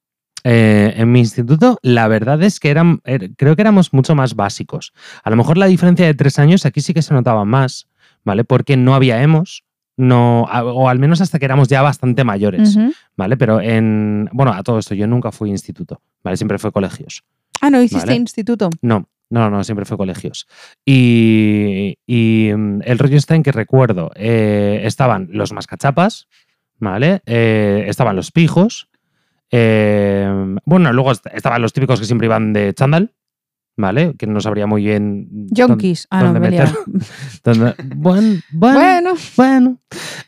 Eh, en mi instituto, la verdad es que eran, er- creo que éramos mucho más básicos. A lo mejor la diferencia de tres años aquí sí que se notaba más, ¿vale? Porque no había hemos, no, a- o al menos hasta que éramos ya bastante mayores,
Ujú.
¿vale? Pero en, bueno, a todo esto, yo nunca fui instituto, ¿vale? Siempre fue colegios.
Ah, no, hiciste
Vale.
instituto.
No, No, no, siempre fue colegios. Y, y, mm, el rollo está en que recuerdo, eh, estaban los mascachapas, ¿vale? Eh, estaban los pijos. eh, bueno, luego est- estaban los típicos que siempre iban de chándal, ¿vale? Que no sabría muy bien... dónde-
Yonkis. Ah, no,
dónde
me he
meter-
liado.
dónde- Buen- buen-
Bueno,
bueno.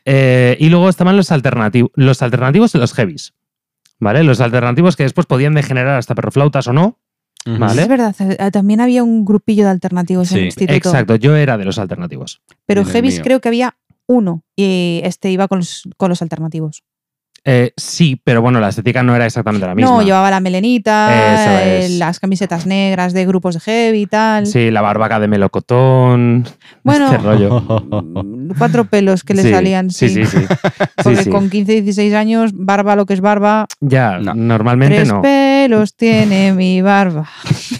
Eh, y luego estaban los, alternati- los alternativos y los heavies. ¿Vale? Los alternativos que después podían degenerar hasta perroflautas o no. ¿Vale?
es verdad. eh, También había un grupillo de alternativos en el
Sí,
instituto.
Exacto, yo era de los alternativos.
Pero
Dios
Heavis
mío.
creo que había uno y este iba con los, con los alternativos.
Eh, sí, pero bueno, la estética no era exactamente la misma.
No, llevaba la melenita,
Eso
eh,
es.
las camisetas negras de grupos de heavy y tal.
Sí, la barbaca de melocotón.
Bueno,
este rollo.
mm, cuatro pelos que le
Sí,
salían. Sí,
Sí, sí, sí.
Porque
sí.
con 15, 16 años, barba lo que es barba.
Ya,
No.
normalmente
Tres
no.
pelos tiene mi barba.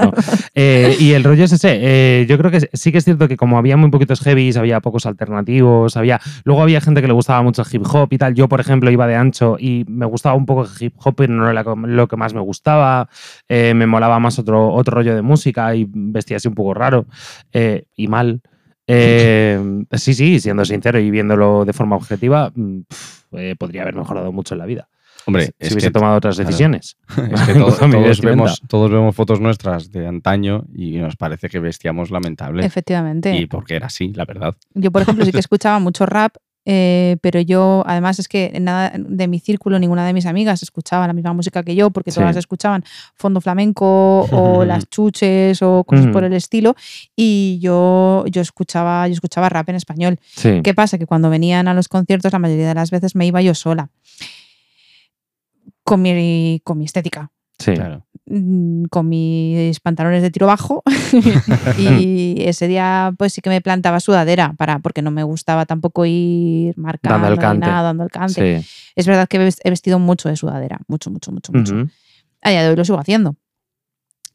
no. Eh, y el rollo es ese. eh, yo creo que sí que es cierto que como había muy poquitos heavies, había pocos alternativos, había. Luego había gente que le gustaba mucho el hip hop y tal. Yo, por ejemplo, iba de ancho y me gustaba un poco el hip hop, pero no era co- lo que más me gustaba. Eh, me molaba más otro, otro rollo de música y vestía así un poco raro eh, y mal. Eh, sí, sí, siendo sincero y viéndolo de forma objetiva, mm, pf, eh, podría haber mejorado mucho en la vida.
Hombre,
si
es
hubiese
que-
tomado otras
claro.
decisiones.
Es que to-
Con mi
todos,
vestimenta.
vemos, todos vemos fotos nuestras de antaño y nos parece que vestíamos lamentable.
Efectivamente.
Y porque era así, la verdad.
Yo, por ejemplo, sí que escuchaba mucho rap, eh, pero yo, además, es que nada de mi círculo, ninguna de mis amigas escuchaba la misma música que yo, porque todas
Sí.
escuchaban fondo flamenco o las chuches o cosas
Ujú.
por el estilo. Y yo, yo escuchaba, yo escuchaba rap en español.
Sí.
¿Qué pasa? Que cuando venían a los conciertos, la mayoría de las veces me iba yo sola. Con mi, con mi estética,
sí.
Claro.
mm, con mis pantalones de tiro bajo y ese día pues sí que me plantaba sudadera para porque no me gustaba tampoco ir marcando
Dando
dando
el
el
cante.
nada dando el cante
Sí.
es verdad que he ves- he vestido mucho de sudadera mucho mucho mucho mucho
Ujú.
a día de hoy lo sigo haciendo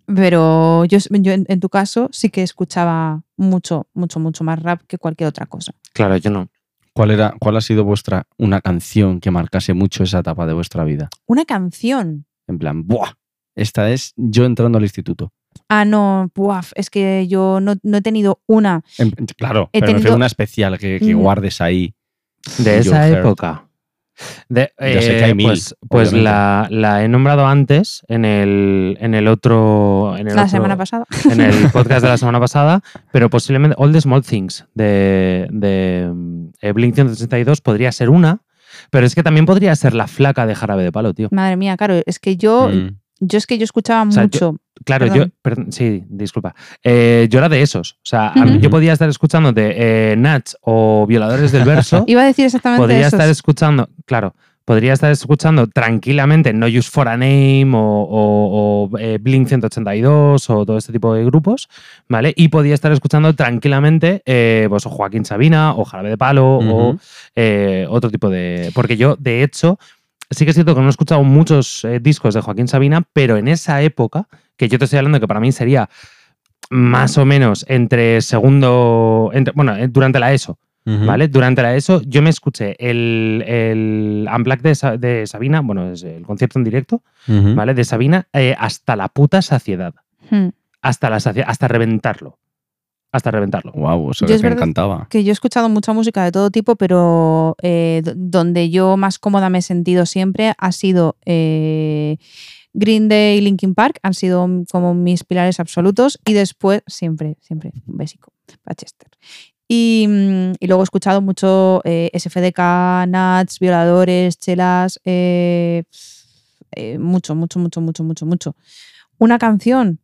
pero yo, yo en, en tu caso sí que escuchaba mucho mucho mucho más rap que cualquier otra cosa
Claro, yo no.
¿Cuál, era, ¿Cuál ha sido vuestra una canción que marcase mucho esa etapa de vuestra vida?
una canción
En plan, ¡buah! Esta es yo entrando al instituto.
ah no buaf, es que yo no, no he tenido una
En- claro,
He
pero me refiero
tenido-
a una especial que, que
Mm.
guardes ahí.
De
Your
esa
Heart.
época. De-
Ya sé que hay mil,
pues pues
obviamente.
la, la he nombrado antes en el, en el otro. En el
la
otro-
semana pasada
En el podcast de la semana pasada, pero posiblemente All the Small Things de, de mm, eh, Blink 162 podría ser una, pero es que también podría ser la flaca de Jarabe de Palo, tío.
madre mía claro es que yo
Mm.
yo es que yo escuchaba
sea, yo-
mucho
Claro, yo.
Perdón.
perdón, sí, disculpa. Eh, yo era de esos. O sea, a mí-
Ujú.
yo podía estar escuchándote eh, Natch o Violadores del Verso.
Iba a decir exactamente
podría
eso.
estar escuchando, claro, podría estar escuchando tranquilamente No Use for a Name o, o- o, eh, Blink 182 o todo este tipo de grupos, ¿vale? Y podía estar escuchando tranquilamente eh, pues, o Joaquín Sabina o Jarabe de Palo o
Ujú.
eh, otro tipo de... Porque yo, de hecho, sí que es cierto que no he escuchado muchos eh, discos de Joaquín Sabina, pero en esa época, que yo te estoy hablando que para mí sería más o menos entre segundo, entre- bueno, eh, durante la ESO,
Ujú.
¿Vale? Durante la ESO yo me escuché el, el Unplugged de, Sa- de Sabina, bueno, es el concierto en directo,
Ujú.
¿vale? De Sabina eh, hasta la puta saciedad,
Hmm.
hasta la sacie- hasta reventarlo. Hasta reventarlo.
Guau, eso
Yo
que
es
te
verdad
encantaba.
Que yo he escuchado mucha música de todo tipo, pero eh, do- donde yo más cómoda me he sentido siempre ha sido eh, Green Day y Linkin Park, han sido m- como mis pilares absolutos. Y después, siempre, siempre, un bésico, para Chester. Y, mm, y luego he escuchado mucho eh, SFDK, Nats, Violadores, Chelas, eh, eh, mucho, mucho, mucho, mucho, mucho, mucho. Una canción,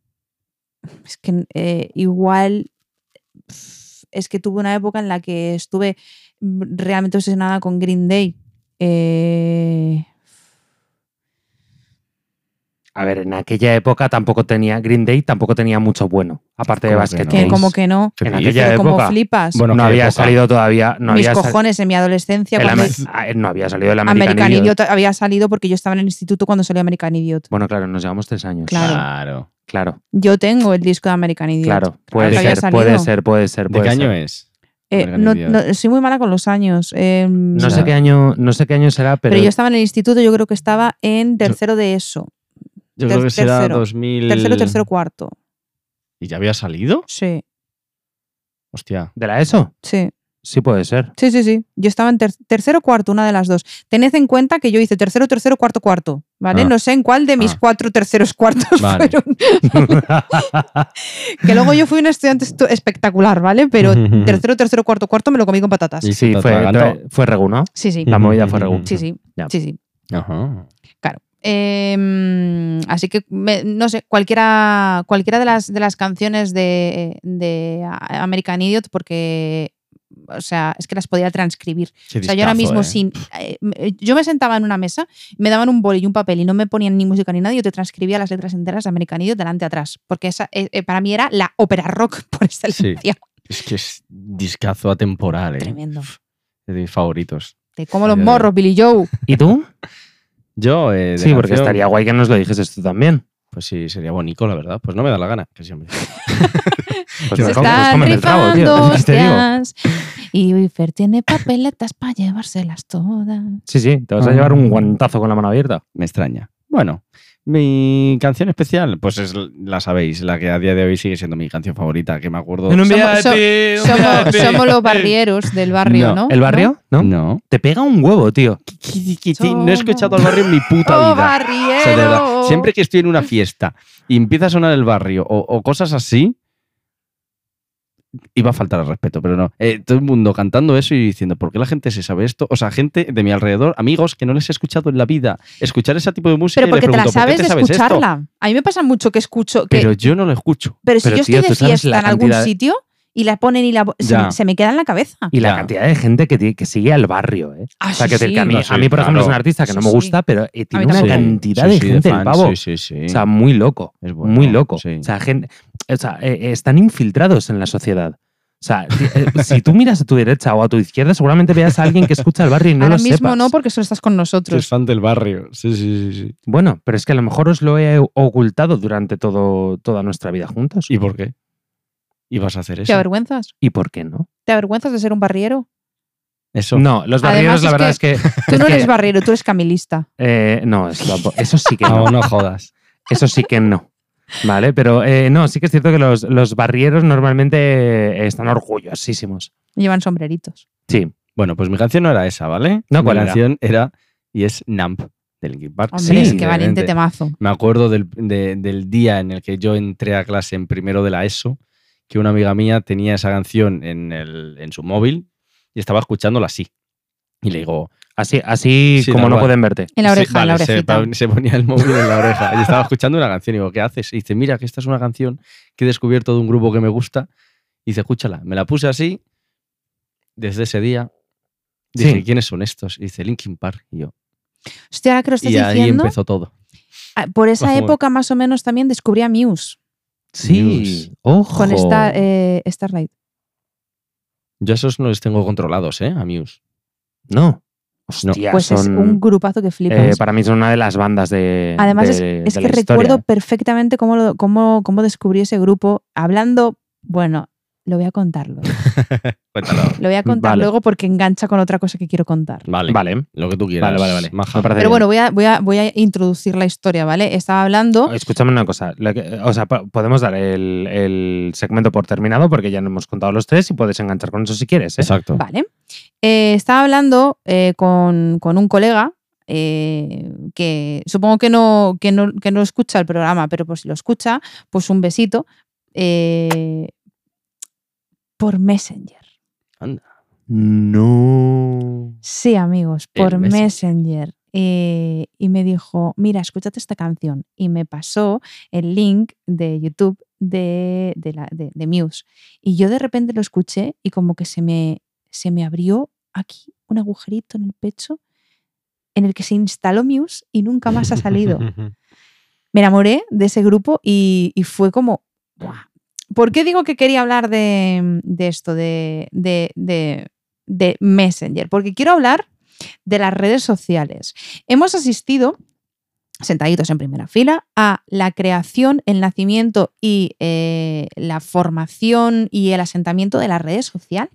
es que eh, igual pf, es que tuve una época en la que estuve mm, realmente obsesionada con Green Day. Eh,
A ver, en aquella época tampoco tenía, Green Day tampoco tenía mucho bueno, aparte de
¿Cómo que
Basket
no?
que
Case.
como que no,
¿Qué
en
dices?
aquella
pero como
época.
flipas.
Bueno,
no
¿qué
había
época?
salido todavía, no
mis
había, sal-
cojones en mi adolescencia
el
cuando
Amer- ah, no había salido el
American
American Idiot.
Idiot había salido porque yo estaba en el instituto cuando salió American Idiot.
Bueno, claro, nos llevamos tres años.
Claro.
Claro.
claro,
Yo tengo el disco de American Idiot.
claro.
que
Puede,
había
ser, puede
salido.
ser, puede ser,
¿De
puede
qué
ser.
año es?
Eh,
American
no-
Idiot.
no- soy muy mala con los años. eh,
No sé
Claro.
qué año, no sé qué año será, pero,
pero yo estaba en el instituto, yo creo que estaba en tercero de eso.
Yo creo
Ter-
que será
tercero.
2000.
Tercero, tercero, cuarto.
¿Y ya había salido?
Sí,
Hostia.
¿De la ESO?
sí.
Sí puede ser.
Sí, sí, sí. Yo estaba en ter- tercero o cuarto, una de las dos. Tened en cuenta que yo hice tercero, tercero, cuarto, cuarto. ¿Vale?
Ah.
No sé en cuál de mis
Ah.
cuatro terceros cuartos
Vale.
fueron. que luego yo fui un estudiante estu- espectacular, ¿vale? Pero tercero, tercero, cuarto, cuarto me lo comí con patatas.
Y-
Sí,
Está
fue,
tragando.
fue Regu, ¿no?
Sí, sí.
La movida fue Regu.
Sí, sí.
Ya.
Sí, sí.
Ajá.
Claro. Em, así que, me- no sé, cualquiera, cualquiera de, las, de las canciones de, de A- American Idiot, porque, o sea, es que las podía transcribir.
Qué
O sea, yo ahora
discazo,
mismo
eh.
sin... eh, me- Yo me sentaba en una mesa, me daban un boli y un papel y no me ponían ni música ni nada, yo te transcribía las letras enteras de American Idiot delante a atrás, porque esa eh, eh, para mí era la ópera rock por excelencia.
Es que es discazo atemporal, ¿eh?
Tremendo.
De mis favoritos.
Te como los
Ya, ya.
morros, Billy Joe.
¿Y tú?
Yo, eh, de
Sí, porque
canción,
estaría guay que nos lo dijeses tú también.
Pues sí, sería bonito, la verdad. Pues no me da la gana. Casi hombre.
Pues
Se
Se
mejor, pues
están
cómeme el trago, tío.
rifando
Te digo.
hostias. Y Wifer tiene papeletas para llevárselas todas.
Sí, sí, te vas a
Ah.
llevar un guantazo con la mano abierta.
me extraña. Bueno, mi canción especial, pues es, la sabéis, la que a día de hoy sigue siendo mi canción favorita, que me acuerdo.
un Somos- so- Somos, somos los barrieros del barrio, ¿no?
No,
¿El barrio? ¿No?
No.
Te pega un huevo, tío.
No he escuchado al barrio en mi puta
¡Oh,
vida. O sea, de verdad,
barriero!
siempre que estoy en una fiesta y empieza a sonar el barrio o, o cosas así, iba a faltar al respeto, pero no. Eh, todo el mundo cantando eso y diciendo, ¿por qué la gente se sabe esto? O sea, gente de mi alrededor, amigos que no les he escuchado en la vida, escuchar ese tipo de música.
Pero
y les
porque te la
pregunto, "¿Por qué
sabes de
sabes esto?".
escucharla. A mí me pasa mucho que escucho. Que,
Pero
pero,
yo no lo escucho.
si
pero,
yo
tío,
estoy
¿tú
de
sabes
fiesta
la
en algún
cantidad de-
sitio y la ponen y la. Se,
Ya.
me- se me queda en la cabeza.
Y la
Ya.
cantidad de gente que, ti- que sigue al barrio, ¿eh?
Ah,
O sea,
sí,
que, decir
sí.
que a, mí,
No, sí,
a mí, por ejemplo,
claro.
es un artista que
Sí,
no me
sí.
gusta, pero eh, tiene una
tampoco.
cantidad
Sí,
de
sí,
gente el
fans,
pavo.
Sí, sí, sí.
O sea, muy loco.
Es bueno,
muy loco.
sí.
O sea, gen- o sea, eh, eh, están infiltrados en la sociedad. O sea, ti- eh, si tú miras a tu derecha o a tu izquierda, seguramente veas a alguien que escucha el barrio y no
Ahora
lo
mismo
sepas.
no, porque solo estás con nosotros.
fan del barrio. Sí, sí, sí, sí.
Bueno, pero es que a lo mejor os lo he ocultado durante todo, toda nuestra vida juntos.
¿Y por qué? ¿Y vas a hacer
¿Te
eso?
avergüenzas?
¿Y por qué no?
¿Te avergüenzas de ser un barriero?
Eso.
No, los
Además,
barrieros la
es
verdad
que
es que...
Tú
es
no
que,
eres barriero, tú eres camilista.
eh, no, es guapo. eso sí que no.
No, no jodas.
Eso sí que no. Vale, pero eh, no, sí que es cierto que los, los barrieros normalmente eh, están orgullosísimos.
Llevan sombreritos.
Sí.
Bueno, pues mi canción no era esa, ¿vale?
No, ¿cuál
Mi
era?
canción era y es Nump de Linkin Park.
Hombre,
Sí,
es que valiente
evidentemente.
temazo.
Me acuerdo del, de- del día en el que yo entré a clase en primero de la ESO, que una amiga mía tenía esa canción en, el, en su móvil y estaba escuchándola así. Y le digo,
Así, así
Sí,
como
tal
no
cual.
pueden verte.
En la
Sí,
oreja, en la
vale, se
orejita.
pa- Se, ponía el móvil en la oreja. Y estaba escuchando una canción y digo, ¿qué haces? Y dice, mira, que esta es una canción que he descubierto de un grupo que me gusta. Y dice, escúchala. Me la puse así desde ese día. Dije,
Sí.
¿quiénes son estos? Y dice, Linkin Park. Y yo.
Hostia, ahora que lo estás
y ahí
diciendo,
empezó todo.
ah, por esa
Ojo.
época más o menos también descubrí a Muse
Sí.
Dios.
Ojo.
con esta, eh, Starlight.
Yo a esos no les tengo controlados, ¿eh? A Muse.
No. Hostia,
Pues es
son,
un grupazo que flipas.
eh, para mí son una de las bandas de.
Además,
de-
Es
de
que
la historia.
recuerdo perfectamente cómo, lo- cómo, cómo descubrí ese grupo hablando. Bueno, lo voy a contar luego.
Cuéntalo.
Lo voy a contar
Vale.
luego porque engancha con otra cosa que quiero contar.
Vale.
Vale.
Lo que tú quieras.
Vale, vale, vale.
maja.
Me parece
Pero
bien.
bueno, voy a, voy, a, voy a introducir la historia, ¿vale? Estaba hablando.
Escúchame una cosa. la que- o sea, po- podemos dar el, el segmento por terminado porque ya no hemos contado los tres y puedes enganchar con eso si quieres. ¿eh?
Exacto.
Vale. Eh, estaba hablando eh, con, con un colega eh, que supongo que no, que, no, que no escucha el programa, pero pues si lo escucha, pues un besito eh, por Messenger.
No.
Sí, amigos,
El
por
Messenger.
Messenger. Eh, y me dijo, mira, escúchate esta canción. Y me pasó el link de YouTube de, de, la, de, de Muse. Y yo de repente lo escuché y como que se me, se me abrió aquí un agujerito en el pecho en el que se instaló Muse y nunca más ha salido. me enamoré de ese grupo y, y fue como, ¡buah! ¿Por qué digo que quería hablar de, de esto, de, de- de- de Messenger? Porque quiero hablar de las redes sociales. Hemos asistido, sentaditos en primera fila, a la creación, el nacimiento y eh, la formación y el asentamiento de las redes sociales.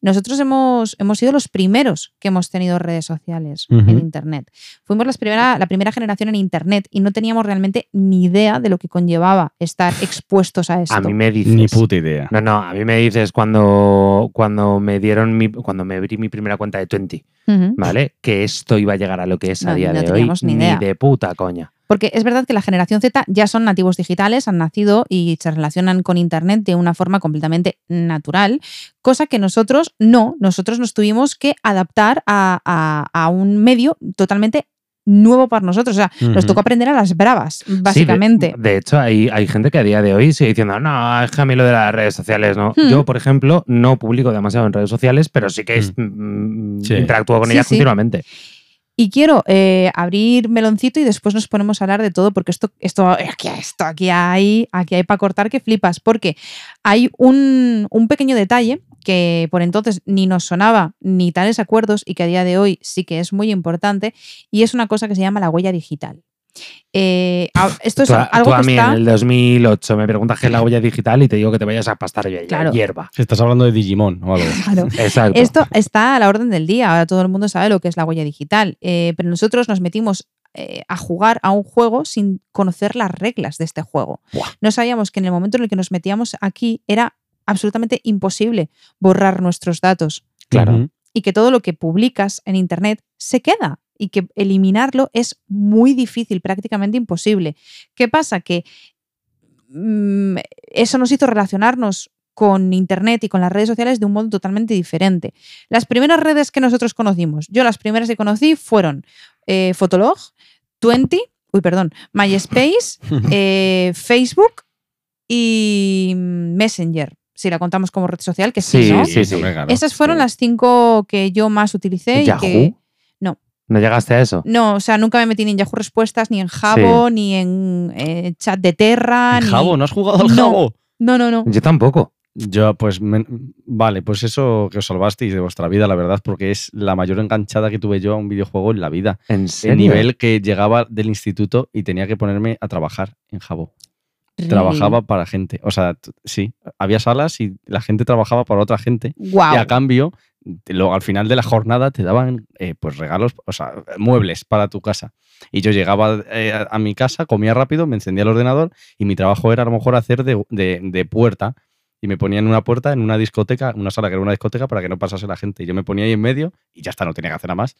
Nosotros hemos, hemos sido los primeros que hemos tenido redes sociales
Ujú.
en Internet. Fuimos las primera, la primera generación en Internet y no teníamos realmente ni idea de lo que conllevaba estar expuestos a esto.
A mí me dices.
Ni puta idea.
No, no, a mí me dices cuando, cuando me dieron mi, cuando me abrí mi primera cuenta de 20,
Ujú.
¿vale? Que esto iba a llegar a lo que es a
No,
día
no
de hoy.
teníamos ni idea.
de puta coña.
Porque es verdad que la generación Z ya son nativos digitales, han nacido y se relacionan con Internet de una forma completamente natural, cosa que nosotros no, nosotros nos tuvimos que adaptar a, a- a un medio totalmente nuevo para nosotros. O sea, nos
Ujú.
tocó aprender a las bravas,
Sí, de-
básicamente.
de, hecho, hay, hay gente que a día de hoy sigue diciendo, no, es que a mí lo de las redes sociales, ¿no?
Hmm.
Yo, por ejemplo, no publico demasiado en redes sociales, pero sí que es- mm,
Hmm. Sí.
interactúo con
Sí,
ellas
sí.
continuamente.
Y quiero eh, abrir meloncito y después nos ponemos a hablar de todo, porque esto, esto, aquí, esto, aquí hay, aquí hay para cortar que flipas, porque hay un, un pequeño detalle que por entonces ni nos sonaba ni tales acuerdos y que a día de hoy sí que es muy importante, y es una cosa que se llama la huella digital. Eh, a- esto es
tú a,
algo
tú a
que
mí
está...
en el 2008 me preguntas qué es la huella digital y te digo que te vayas a pastar ye-
Claro.
hierba.
Si estás hablando de Digimon o algo.
Claro.
Exacto.
Esto está a la orden del día. Ahora todo el mundo sabe lo que es la huella digital. eh, pero nosotros nos metimos eh, a jugar a un juego sin conocer las reglas de este juego.
Buah.
No sabíamos que en el momento en el que nos metíamos aquí era absolutamente imposible borrar nuestros datos
claro.
Ujú.
y que todo lo que publicas en Internet se queda y que eliminarlo es muy difícil, prácticamente imposible. ¿Qué pasa? Que mm, eso nos hizo relacionarnos con Internet y con las redes sociales de un modo totalmente diferente. Las primeras redes que nosotros conocimos, yo las primeras que conocí fueron eh, Fotolog, 20, uy, perdón, MySpace, eh, Facebook y mm, Messenger, si la contamos como red social, que sí,
Sí,
¿no?
sí, sí.
hombre, claro.
Esas fueron las cinco que yo más utilicé.
¿Yahoo?
Y que, no.
¿No llegaste a eso?
no, o sea, nunca me metí ni en Yahoo Respuestas, ni en Jabo, ni en eh, chat de Terra. ni-
Jabo, ¿no has jugado al
No.
jabo?
No, no, no.
Yo tampoco.
Yo, pues, me- vale, pues eso que os salvasteis de vuestra vida, la verdad, porque es la mayor enganchada que tuve yo a un videojuego en la vida.
En
El
serio.
nivel que llegaba del instituto y tenía que ponerme a trabajar en Jabo. Trabajaba para gente. O sea, t- sí, había salas y la gente trabajaba para otra gente.
Wow.
Y a cambio, te- luego al final de la jornada te daban eh, pues regalos, o sea, muebles para tu casa. Y yo llegaba eh, a, a mi casa, comía rápido, me encendía el ordenador y mi trabajo era a lo mejor hacer de, de- de puerta. Y me ponía en una puerta, en una discoteca, una sala que era una discoteca para que no pasase la gente. Y yo me ponía ahí en medio y ya está, no tenía que hacer nada más.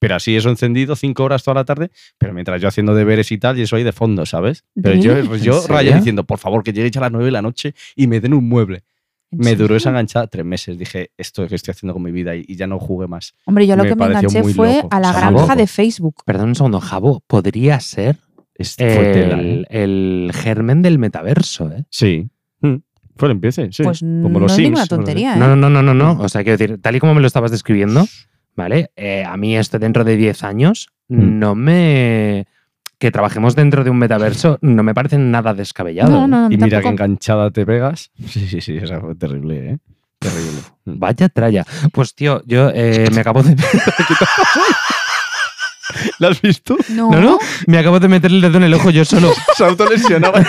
Pero así eso encendido, cinco horas toda la tarde, pero mientras yo haciendo deberes y tal, y eso ahí de fondo, ¿sabes? Pero yo, pues
Really?
yo
¿En
raya
serio?
diciendo, por favor, que lleguéis a las nueve de la noche y me den un mueble. Me duró esa enganchada tres meses. Dije, esto que estoy haciendo con mi vida y, y ya no jugué más.
Hombre, yo lo
me
que me
pareció
enganché
muy
fue
loco,
a la
o sea,
muy
granja
loco.
de Facebook.
Perdón un segundo, Jabo, podría ser
Es fue tela, ¿eh?
el, el germen del metaverso, ¿eh?
Sí. Mm. Fue el empiece, sí.
Pues
Como
no
los
es
Sims,
ninguna
no sé.
tontería, ¿eh?
No, no, no, no, no, no. O sea, quiero decir, tal y como me lo estabas describiendo, ¿vale? Eh, a mí esto dentro de 10 años
Mm.
no me... Que trabajemos dentro de un metaverso no me parece nada descabellado.
No, no,
Y mira
tampoco.
que enganchada te pegas. Sí, sí, sí. Esa fue terrible, ¿eh? Terrible. Mm.
Vaya tralla. Pues tío, yo eh, me acabo de
¿La has visto?
No,
no, no, me acabo de meter el dedo en el ojo yo solo.
Se autolesionaba.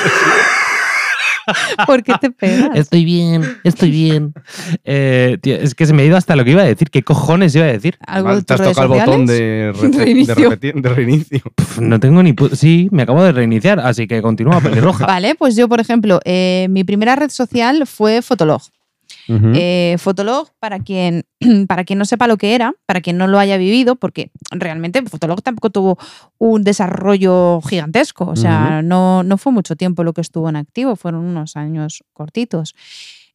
¿por qué te pegas?
Estoy bien, estoy bien. Eh, tío, es que se me ha ido hasta lo que iba a decir. ¿Qué cojones iba a decir?
¿Algo
Mal,
de tus
Te has
redes
tocado el botón
sociales?
de, re- de
Reinicio.
repetir- de reinicio.
Pf, no tengo ni pu- Sí, me acabo de reiniciar, así que continúa, pelirroja.
Vale, pues yo, por ejemplo, eh, mi primera red social fue Fotolog. Eh, Fotolog, para quien, para quien no sepa lo que era, para quien no lo haya vivido, porque realmente Fotolog tampoco tuvo un desarrollo gigantesco, o sea, no, no fue mucho tiempo lo que estuvo en activo, fueron unos años cortitos.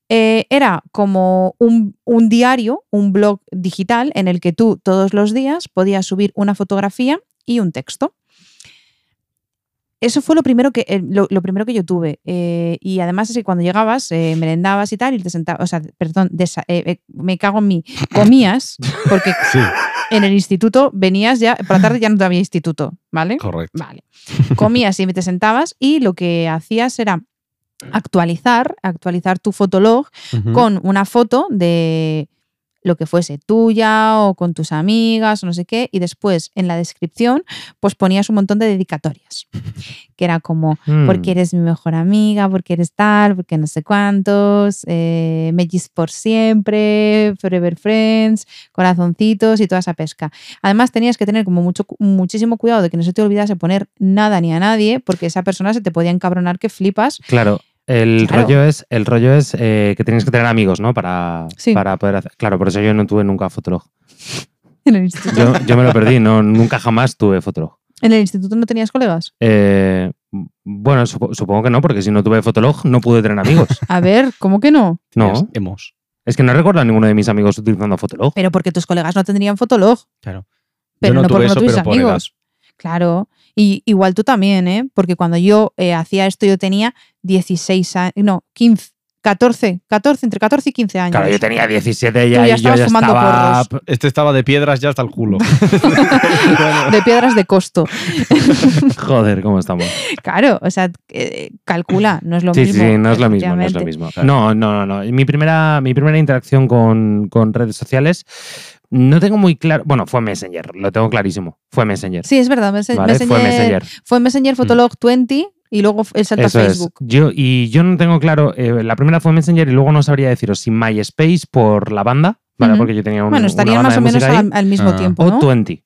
Eh, era como un, un diario, un blog digital en el que tú todos los días podías subir una fotografía y un texto. Eso fue lo primero que, eh, lo, lo primero que yo tuve. eh, y además es que cuando llegabas, eh, merendabas y tal, y te sentabas, o sea, perdón, desa- eh, eh, me cago en mí, comías, porque
Sí,
en el instituto venías ya, por la tarde ya no había instituto, ¿vale?
correcto.
Vale. Comías y te sentabas y lo que hacías era actualizar, actualizar tu fotolog
Ujú.
con una foto de lo que fuese tuya o con tus amigas o no sé qué, y después en la descripción pues ponías un montón de dedicatorias, que era como,
Mm.
porque eres mi mejor amiga, porque eres tal, porque no sé cuántos, eh, mellis por siempre, forever friends, corazoncitos y toda esa pesca. Además tenías que tener como mucho, cu- muchísimo cuidado de que no se te olvidase poner nada ni a nadie, porque esa persona se te podía encabronar que flipas.
Claro. El
Claro.
rollo es, el rollo es eh, que tienes que tener amigos, ¿no? Para,
Sí.
para poder hacer. Claro, por eso yo no tuve nunca Fotolog.
En el instituto,
Yo, yo me lo perdí, no, nunca jamás tuve Fotolog.
en el instituto no tenías colegas.
Eh, bueno, supo- supongo que no, porque si no tuve Fotolog no pude tener amigos.
A ver, ¿cómo que no?
No,
Tenías Hemos.
es que no recuerdo a ninguno de mis amigos utilizando Fotolog.
Pero porque tus colegas no tendrían fotolog.
Claro.
Pero
Yo no
no,
tuve
porque
eso,
no tuviste
pero por edad.
amigos. Claro. Y igual tú también, ¿eh? Porque cuando yo eh, hacía esto yo tenía 16 años, no, 15, 14, 14, entre 14 y 15 años.
Claro, yo tenía 17
Tú ya
ya, y yo
estabas
ya
fumando
estaba...
Este estaba de piedras ya hasta el culo.
De piedras de costo.
Joder, ¿cómo estamos?
Claro, o sea, eh, calcula, no es lo
Sí, sí,
mismo.
sí, no es lo mismo, no es lo
efectivamente.
mismo. No, no, no, no. Y Mi primera, mi primera interacción con, con redes sociales no tengo muy claro. Bueno, fue Messenger, lo tengo clarísimo. Fue Messenger.
Sí, es verdad, Messe-
¿vale?
Messenger,
Fue Messenger. Mm.
fue Messenger Fotolog 20 y luego el salto
Eso
a
es.
Facebook.
Yo, y yo no tengo claro. eh, la primera fue Messenger y luego no sabría deciros si MySpace por la banda, ¿vale?
Ujú.
Porque yo tenía un,
Bueno,
una
estarían
banda
más
de
o menos
música
al,
ahí,
al mismo
Ah.
tiempo,
O
¿no?
20.